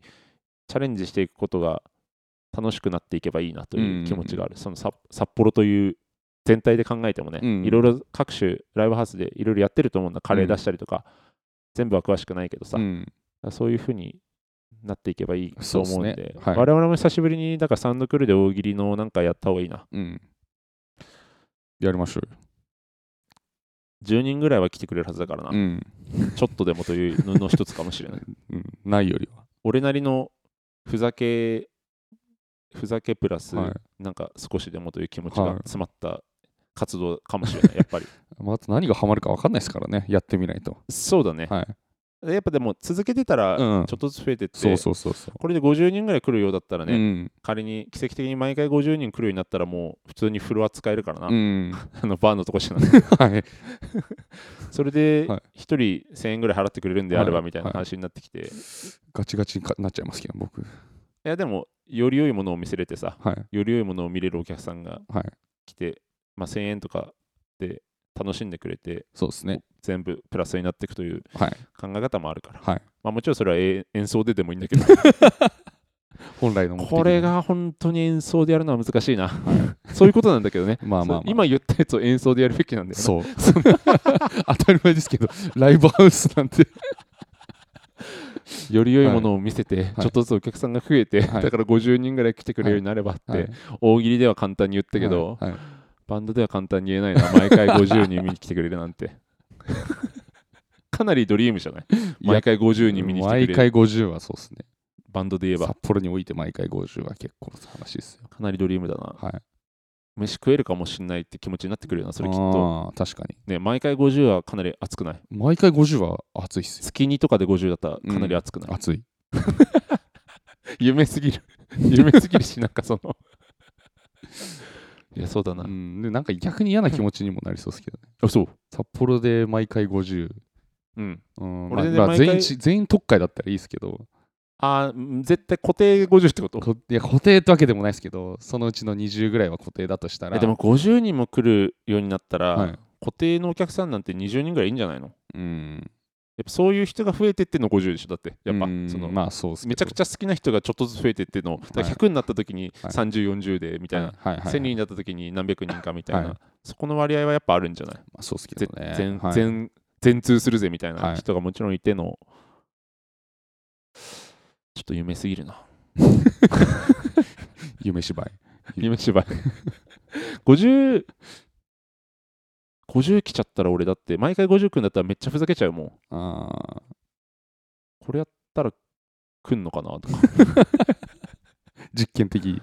Speaker 2: チャレンジしていくことが楽しくなっていけばいいなという気持ちがある、そのさ札幌という全体で考えてもね、
Speaker 3: うん
Speaker 2: いろいろ各種ライブハウスでいろいろやってると思うんだカレー出したりとか、全部は詳しくないけどさ、
Speaker 3: う
Speaker 2: だか
Speaker 3: ん
Speaker 2: らそういうふうになっていけばいいと思うんで
Speaker 3: そうですねはい
Speaker 2: 我々も久しぶりにだからサウンドクルーで大喜利のなんかやった方がいいな
Speaker 3: うん。やりましょうよ。
Speaker 2: 10人ぐらいは来てくれるはずだからな、
Speaker 3: うん。
Speaker 2: ちょっとでもというのの一つかもしれ
Speaker 3: [laughs]
Speaker 2: ない
Speaker 3: うんないよりは。
Speaker 2: 俺なりのふざけふざけプラス、
Speaker 3: はい。
Speaker 2: なんか少しでもという気持ち
Speaker 3: はい
Speaker 2: が詰まった活動かもしれない、やっぱ
Speaker 3: [laughs]
Speaker 2: り。
Speaker 3: まああと何がハマるか分かんないですからね。やってみないと。
Speaker 2: そうだね、
Speaker 3: はい。
Speaker 2: やっぱでも続けてたら、ち
Speaker 3: う
Speaker 2: ょ
Speaker 3: ん
Speaker 2: っとずつ増えてって、
Speaker 3: そうそうそうそう。
Speaker 2: これで50人ぐらい来るようだったらね、
Speaker 3: うん
Speaker 2: 仮に奇跡的に毎回50人来るようになったら、もう普通にフロア使えるからな、
Speaker 3: うん。
Speaker 2: あのバーのとこしかな
Speaker 3: [laughs]
Speaker 2: く
Speaker 3: はい。
Speaker 2: それで
Speaker 3: はい
Speaker 2: 1人1000円ぐらい払ってくれるんであれば
Speaker 3: はい
Speaker 2: みたいな話になってきて、い
Speaker 3: ガチガチにかなっちゃいますけど、僕。
Speaker 2: やでも、より良いものを見せれてさ、
Speaker 3: はい。
Speaker 2: より良いものを見れるお客さんが
Speaker 3: はい。
Speaker 2: 来て、まあ、1000円とかで楽しんでくれて、
Speaker 3: そうですね。
Speaker 2: 全部プラスになっていくという
Speaker 3: はい。
Speaker 2: 考え方もあるから。
Speaker 3: はい。
Speaker 2: まあ、もちろんそれはえ演奏ででもいいんだ [laughs] けど
Speaker 3: 本来の目的。
Speaker 2: これ。が本当に演奏でやるのは難しいな、そういうことなんだけどね
Speaker 3: まあまあまあ
Speaker 2: そう今言ったやつを演奏でやるべきなんだよね
Speaker 3: そう。
Speaker 2: [laughs]
Speaker 3: 当たり前ですけど、ライブハウスなんて。
Speaker 2: より良いものを見せて、
Speaker 3: い
Speaker 2: ちょっとずつお客さんが増えて、
Speaker 3: はい
Speaker 2: だから50人ぐらい来てくれるようになればって、
Speaker 3: はい
Speaker 2: 大喜利では簡単に言ったけど、
Speaker 3: はいはい
Speaker 2: バンドでは簡単に言えないな毎回50人見に来てくれるなんてかなりドリームじゃない
Speaker 3: や
Speaker 2: 毎回50人見に来てくれ
Speaker 3: 毎
Speaker 2: る
Speaker 3: 回50はそうですね。
Speaker 2: バンドで言えば
Speaker 3: 札幌において毎回50は結構話ですよ。
Speaker 2: かなりドリームだな
Speaker 3: はい。
Speaker 2: 飯食えるかもしれないって気持ちになってくるよなそれきっと、
Speaker 3: あー確かに。
Speaker 2: ね、毎回50はかなり熱くない
Speaker 3: 毎回50は暑いっすよ。
Speaker 2: 月2とかで50だったらかなり熱くない、
Speaker 3: 暑い。
Speaker 2: [laughs] 夢すぎる夢すぎるしなんかその [laughs] いやそうだな、
Speaker 3: うん。で、なんか逆に嫌な気持ちにもなりそうですけどね。
Speaker 2: あそう
Speaker 3: 札幌で毎回50。
Speaker 2: うん
Speaker 3: うん。まあ
Speaker 2: 俺ね
Speaker 3: まあ
Speaker 2: 毎回
Speaker 3: 全員ち、全員特会だったらいいですけど、
Speaker 2: あーうん絶対固定50ってこと
Speaker 3: こいや固定ってわけでもないですけど、そのうちの20ぐらいは固定だとしたら。
Speaker 2: えでも、50人も来るようになったら、
Speaker 3: はい。
Speaker 2: 固定のお客さんなんて20人ぐらいいんじゃないの
Speaker 3: うん。
Speaker 2: やっぱそういう人が増えてっての50でしょだってやっぱ
Speaker 3: うん
Speaker 2: その
Speaker 3: まあそうですけど
Speaker 2: めちゃくちゃ好きな人がちょっとずつ増えてってのだから100になった時に
Speaker 3: はい
Speaker 2: 3040でみたいな
Speaker 3: はいはいはい
Speaker 2: 1000人になった時に何百人かみたい
Speaker 3: はい
Speaker 2: なそこの割合はやっぱあるんじゃない
Speaker 3: まあ、そうですけ
Speaker 2: ぜ
Speaker 3: どね
Speaker 2: 全
Speaker 3: はい
Speaker 2: 全全通するぜみたい
Speaker 3: は
Speaker 2: ない人がもちろんいてのちょっと夢すぎる
Speaker 3: [laughs]
Speaker 2: な
Speaker 3: 夢芝居
Speaker 2: 夢芝居50 50来ちゃったら俺だって毎回50くんだったらめっちゃふざけちゃうもん
Speaker 3: ああ
Speaker 2: これやったら来んのかなとか
Speaker 3: [laughs] 実験的に、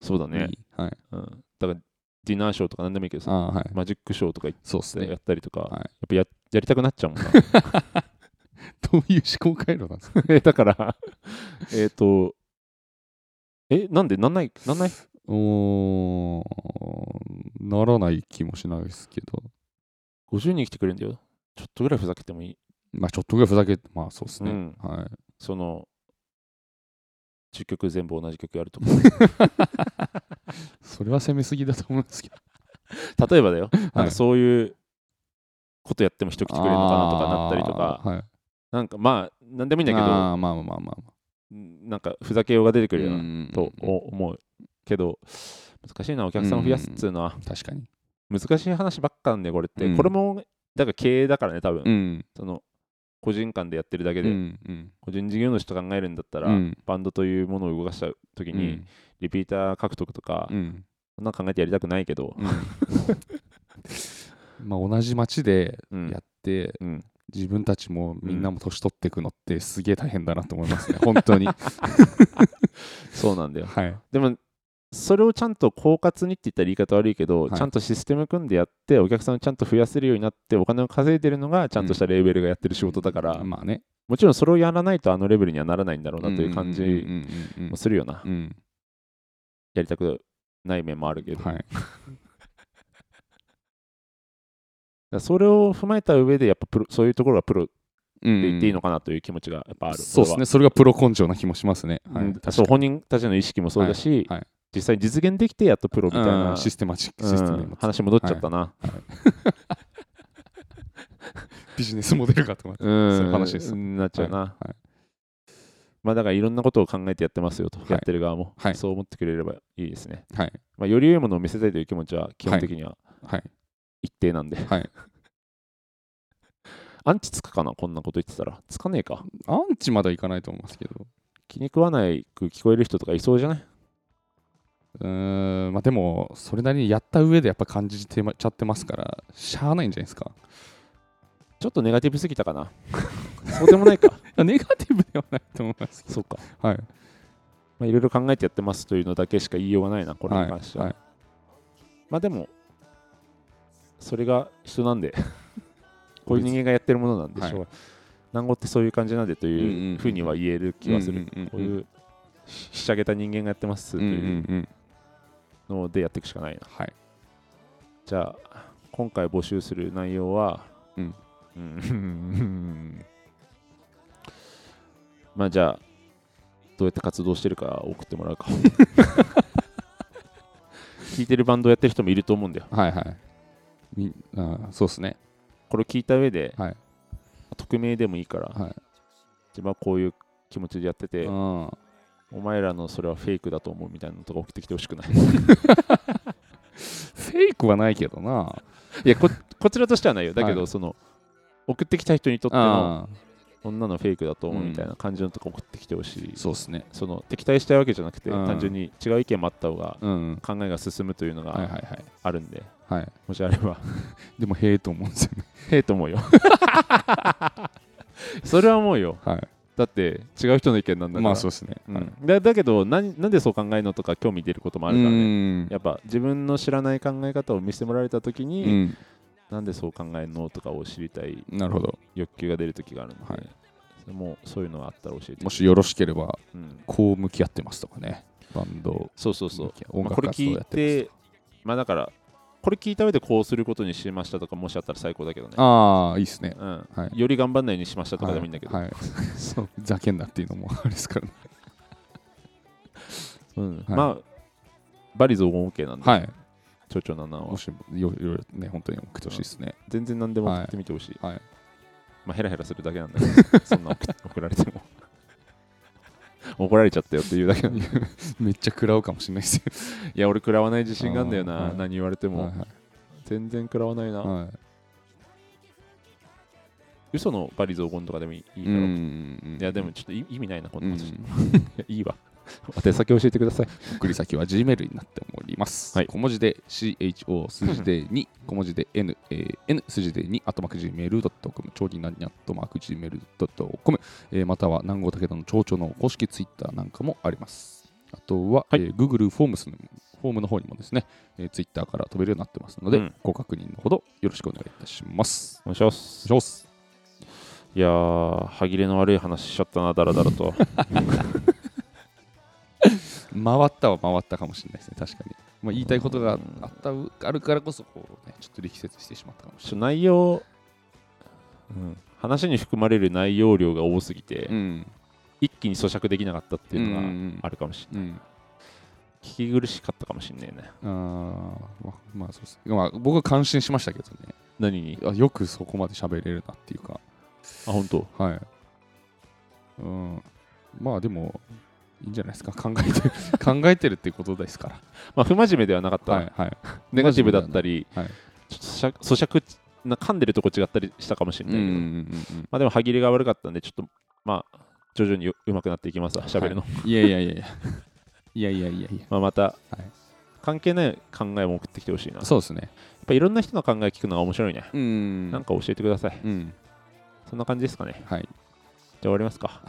Speaker 2: そうだね、
Speaker 3: はい
Speaker 2: うん、だからディナーショーとか何でもいいけど
Speaker 3: あ
Speaker 2: さ
Speaker 3: あはい
Speaker 2: マジックショーとか行っ
Speaker 3: そうです
Speaker 2: てや
Speaker 3: ね
Speaker 2: ったりとか、
Speaker 3: はい [laughs]
Speaker 2: やっぱややりたくなっちゃうもんな
Speaker 3: どういう思考回路なんですか
Speaker 2: だからえっとえなんでなんないなんない
Speaker 3: おーならない気もしないですけど
Speaker 2: ?50 人来てくれるんだよちょっとぐらいふざけてもいい
Speaker 3: まあちょっとぐらいふざけまあそうですね、
Speaker 2: うん
Speaker 3: はい
Speaker 2: その10曲全部同じ曲やるとか [laughs]
Speaker 3: それは攻めすぎだと思うんですけど
Speaker 2: 例えばだよなん
Speaker 3: [laughs] は
Speaker 2: か
Speaker 3: い
Speaker 2: そういうことやっても人来てくれるのかなとかなったりとか
Speaker 3: あーはい
Speaker 2: なんかまあなんでもいいんだけ
Speaker 3: あ
Speaker 2: ど
Speaker 3: ーまあまあまあまあまあ
Speaker 2: なんかふざけようが出てくるよな
Speaker 3: うん
Speaker 2: と思うけど難しいなお客さんを増やすっつうのは
Speaker 3: 確かに
Speaker 2: 難しい話ばっかなんでこれって、
Speaker 3: うん
Speaker 2: これもだから経営だからね多分、
Speaker 3: うん
Speaker 2: その個人間でやってるだけ
Speaker 3: う
Speaker 2: で、
Speaker 3: んうん
Speaker 2: 個人事業主と考えるんだったら、
Speaker 3: うん
Speaker 2: バンドというものを動かした時に、リピーター獲得とか、
Speaker 3: うん
Speaker 2: そんなの考えてやりたくないけど、
Speaker 3: うんまあ同じ町で
Speaker 2: うん
Speaker 3: やって
Speaker 2: うん
Speaker 3: 自分たちもみんなも年取っていくのってすげえ大変だなと思いますね、本
Speaker 2: [laughs]
Speaker 3: 当に。
Speaker 2: そうなんだよ
Speaker 3: はい、
Speaker 2: でもそれをちゃんと包括にって言ったら言い方悪いけど、
Speaker 3: はい
Speaker 2: ちゃんとシステム組んでやってお客さんをちゃんと増やせるようになってお金を稼いでるのがちゃんとしたレーベルがやってる仕事だから、
Speaker 3: まあね、
Speaker 2: もちろんそれをやらないとあのレベルにはならないんだろうなという感
Speaker 3: うん
Speaker 2: じ
Speaker 3: うんうんうん
Speaker 2: もするよな、
Speaker 3: うん
Speaker 2: やりたくない面もあるけど、
Speaker 3: はい、
Speaker 2: だからそれを踏まえた上でやっぱプロそういうところがプロって
Speaker 3: うん
Speaker 2: 言っていいのかなという気持ちがやっぱある、
Speaker 3: そうですね、それがプロ根性な気もしますね。
Speaker 2: 俺は、
Speaker 3: は
Speaker 2: う
Speaker 3: い
Speaker 2: んそう本人たちの意識もそうだし、
Speaker 3: はいはい
Speaker 2: 実際に実現できてやっとプロみたいな、
Speaker 3: うんシステマチック
Speaker 2: うん
Speaker 3: システムにもつ
Speaker 2: 話戻っちゃったな、
Speaker 3: ビジネスモデルかと思って、
Speaker 2: うん
Speaker 3: そういう話です
Speaker 2: なっちゃうな、
Speaker 3: いはい
Speaker 2: まあだからいろんなことを考えてやってますよと、
Speaker 3: い
Speaker 2: やってる側も、
Speaker 3: はい
Speaker 2: そう思ってくれればいいですね、
Speaker 3: はい
Speaker 2: まあ、より良いものを見せたいという気持ちは基本的には
Speaker 3: はい
Speaker 2: 一定なんで、 [laughs]
Speaker 3: はい、
Speaker 2: アンチつくかなこんなこと言ってたらつかねえか
Speaker 3: アンチまだいかないと思いますけど、
Speaker 2: 気に食わないく聞こえる人とかいそうじゃないう
Speaker 3: ーんまあ、でも、それなりにやった上でやっぱ感じてまちゃってますから、しゃあないんじゃないですか。
Speaker 2: ちょっとネガティブすぎたか
Speaker 3: [laughs]
Speaker 2: なそうでもないか
Speaker 3: ネガティブではないと思いますけど。
Speaker 2: そうか
Speaker 3: はい、
Speaker 2: まあいろいろ考えてやってますというのだけしか言いようがないなこれに関しては、
Speaker 3: はい
Speaker 2: まあでもそれが人なん
Speaker 3: [laughs]
Speaker 2: でこういう人間がやってるものなんでしょう、
Speaker 3: は
Speaker 2: 南語ってそういう感じなんでと
Speaker 3: んうんう
Speaker 2: い
Speaker 3: ん
Speaker 2: うふうには言える気はする、
Speaker 3: うんうんうんうん
Speaker 2: こういうひひしゃげた人間がやってますと
Speaker 3: うんう
Speaker 2: いうん
Speaker 3: うん
Speaker 2: うのでやっていくしかないな
Speaker 3: はい、
Speaker 2: じゃあ今回募集する内容は
Speaker 3: うん
Speaker 2: うん [laughs] まあじゃあどうやって活動してるか送ってもらうか [laughs] 聞いてるバンドやってる人もいると思うんだよ
Speaker 3: はいはいみんあーそうですね
Speaker 2: これを聞いた上で、
Speaker 3: はい
Speaker 2: 匿名でもいいから、
Speaker 3: はい
Speaker 2: 自分はこういう気持ちでやってて、
Speaker 3: うん
Speaker 2: お前らのそれはフェイクだと思うみたいなのとか送ってきてほしくない
Speaker 3: フェイクはないけどない
Speaker 2: やここちらとしてはないよだけど、
Speaker 3: はい
Speaker 2: その送ってきた人にとっての
Speaker 3: あ
Speaker 2: 女のフェイクだと思うみたいな感じのとか送ってきてほしい、
Speaker 3: ーそうですね
Speaker 2: その敵対したいわけじゃなくて、
Speaker 3: うん
Speaker 2: 単純に違う意見もあった方が
Speaker 3: うん
Speaker 2: 考えが進むというの
Speaker 3: はいはい
Speaker 2: が
Speaker 3: はい
Speaker 2: あるんで、
Speaker 3: はい
Speaker 2: もしあれば
Speaker 3: でも [laughs] へえと思うんですよね
Speaker 2: へえと思うよ [laughs] それは思うよ
Speaker 3: はい
Speaker 2: だって違う人の意見なんだから、
Speaker 3: まあそうですね
Speaker 2: う
Speaker 3: はい
Speaker 2: んだだけどなんなんでそう考えるのとか興味出ることもあるからね
Speaker 3: ん
Speaker 2: やっぱ自分の知らない考え方を見せてもらえた時
Speaker 3: う
Speaker 2: に、
Speaker 3: ん
Speaker 2: なんでそう考えるのとかを知りたい
Speaker 3: なるほど
Speaker 2: 欲求が出る時があるので、
Speaker 3: はい
Speaker 2: もうそういうのがあったら教えて
Speaker 3: も、しよろしければ
Speaker 2: うん
Speaker 3: こう向き合ってますとかねバンド
Speaker 2: そうそうそう、
Speaker 3: 音
Speaker 2: まあこ
Speaker 3: 楽
Speaker 2: れ
Speaker 3: 活動
Speaker 2: 聞い
Speaker 3: やって
Speaker 2: てまあだからこれ聞いた上でこうすることにしましたとかもしあったら最高だけどね
Speaker 3: ます、ああいいですね
Speaker 2: うん
Speaker 3: はい
Speaker 2: より頑張んないようにしましたとかでもいいんだけど、
Speaker 3: はいはいそうざけんなっていうのもあれですからね
Speaker 2: [laughs] うんまあバリ雑言 OK なんで、
Speaker 3: はい
Speaker 2: 蝶々ななは
Speaker 3: もしよよね本当に送ってほしいですね
Speaker 2: 全然何でも送ってみてほしい、
Speaker 3: はい
Speaker 2: まあ、ヘラヘラするだけなんだけ [laughs] ど、そんな送送られても。怒られちゃったよっていうだけなんだけど
Speaker 3: [laughs] めっちゃ食らうかもしれないですよ。
Speaker 2: [laughs] いや、俺、食らわない自信があんだよ
Speaker 3: あー
Speaker 2: な
Speaker 3: は。い
Speaker 2: 何言われても。
Speaker 3: はい
Speaker 2: 全然食らわないな。
Speaker 3: はいはい
Speaker 2: 嘘のバリ雑言とかでもいいいいだ
Speaker 3: う
Speaker 2: ろう。
Speaker 3: ん
Speaker 2: いや、でも、ちょっと意意味ないな、こ
Speaker 3: うん
Speaker 2: なんことしていやいい [laughs] わ。宛先教えてください。
Speaker 3: 送り先は Gmail になっております。
Speaker 2: はい
Speaker 3: 小文字で CHO 数字で2、小文字で N、えー N 数字で2、アットマーク Gmail.com、長期なにアットマーク Gmail.com、えーまたは南郷武田の町長の公式 Twitter なんかもあります。あとは、えー Google フォームスのフォームの方にもですね、えー、Twitter から飛べるようになってますので、
Speaker 2: うん
Speaker 3: ご確認のほどよろしくお願いいたします。
Speaker 2: お願いします
Speaker 3: お。願いします
Speaker 2: いやー、歯切れの悪い話しちゃったな、だらだら
Speaker 3: [laughs]
Speaker 2: と。
Speaker 3: 回ったは回ったかもしれないですね、確かに。まあ、言いたいことがあったうあるからこそこう、ね、ちょっと力説してしまったかもしれない
Speaker 2: ちょっと内容、うん、話に含まれる内容量が多すぎて、
Speaker 3: うん、
Speaker 2: 一気に咀嚼できなかったっていうの
Speaker 3: うんう
Speaker 2: が
Speaker 3: ん
Speaker 2: あるかもしれない、
Speaker 3: うん、
Speaker 2: 聞き苦しかったかもしれないね
Speaker 3: あーままあそうですね、まあ、僕は感心しましたけどね
Speaker 2: 何に
Speaker 3: あよくそこまで喋れるなっていうか
Speaker 2: あ本当
Speaker 3: はい、うん、まあでもいいんじゃないですか考えて [laughs] る考えてるってことですか
Speaker 2: まあ不真面目ではなかった、
Speaker 3: らはいはい
Speaker 2: ネガティブだったり、
Speaker 3: 真面目
Speaker 2: ちょっと咀嚼咀嚼な噛んでるとこ違ったりしたかもしれ
Speaker 3: う
Speaker 2: なんいけど、
Speaker 3: うん
Speaker 2: まあでも歯切れが悪かったんでちょっとまあ徐々にうまくなっていきますわ喋るの、
Speaker 3: うんいやいやいやいやいやいやいやい
Speaker 2: まあまた、
Speaker 3: い
Speaker 2: 関係ない考えも送ってきてほしいなや
Speaker 3: や
Speaker 2: っ
Speaker 3: そうですね
Speaker 2: ぱいろんな人の考え聞くのが面白いね、
Speaker 3: うん
Speaker 2: なんか教えてください
Speaker 3: うん
Speaker 2: そんな感じですかね
Speaker 3: はい
Speaker 2: じゃあ終わりますか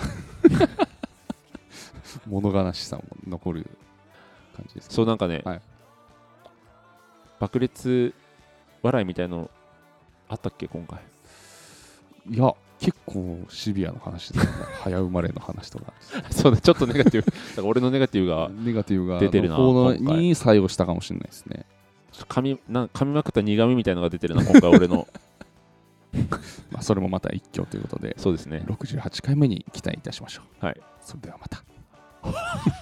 Speaker 3: 物悲しさも残る感じですか
Speaker 2: そうなんかね、
Speaker 3: はい
Speaker 2: 爆裂笑いみたいのあったっけ今回
Speaker 3: いや結構シビアな話ですね早生まれの話とか
Speaker 2: [laughs] そうねちょっとネガテ [laughs] ィブだから俺のネガティブが
Speaker 3: ネガティブが
Speaker 2: 出てるな
Speaker 3: の方
Speaker 2: 今回
Speaker 3: に作用したかもしれないですね。
Speaker 2: ちょっと噛みなん噛みまくった苦みみたいのが出てるな今回俺 [laughs] の
Speaker 3: まあ、それもまた一挙ということで、
Speaker 2: そうですね
Speaker 3: 68回目に期待いたしましょう。
Speaker 2: はい、
Speaker 3: それではまた。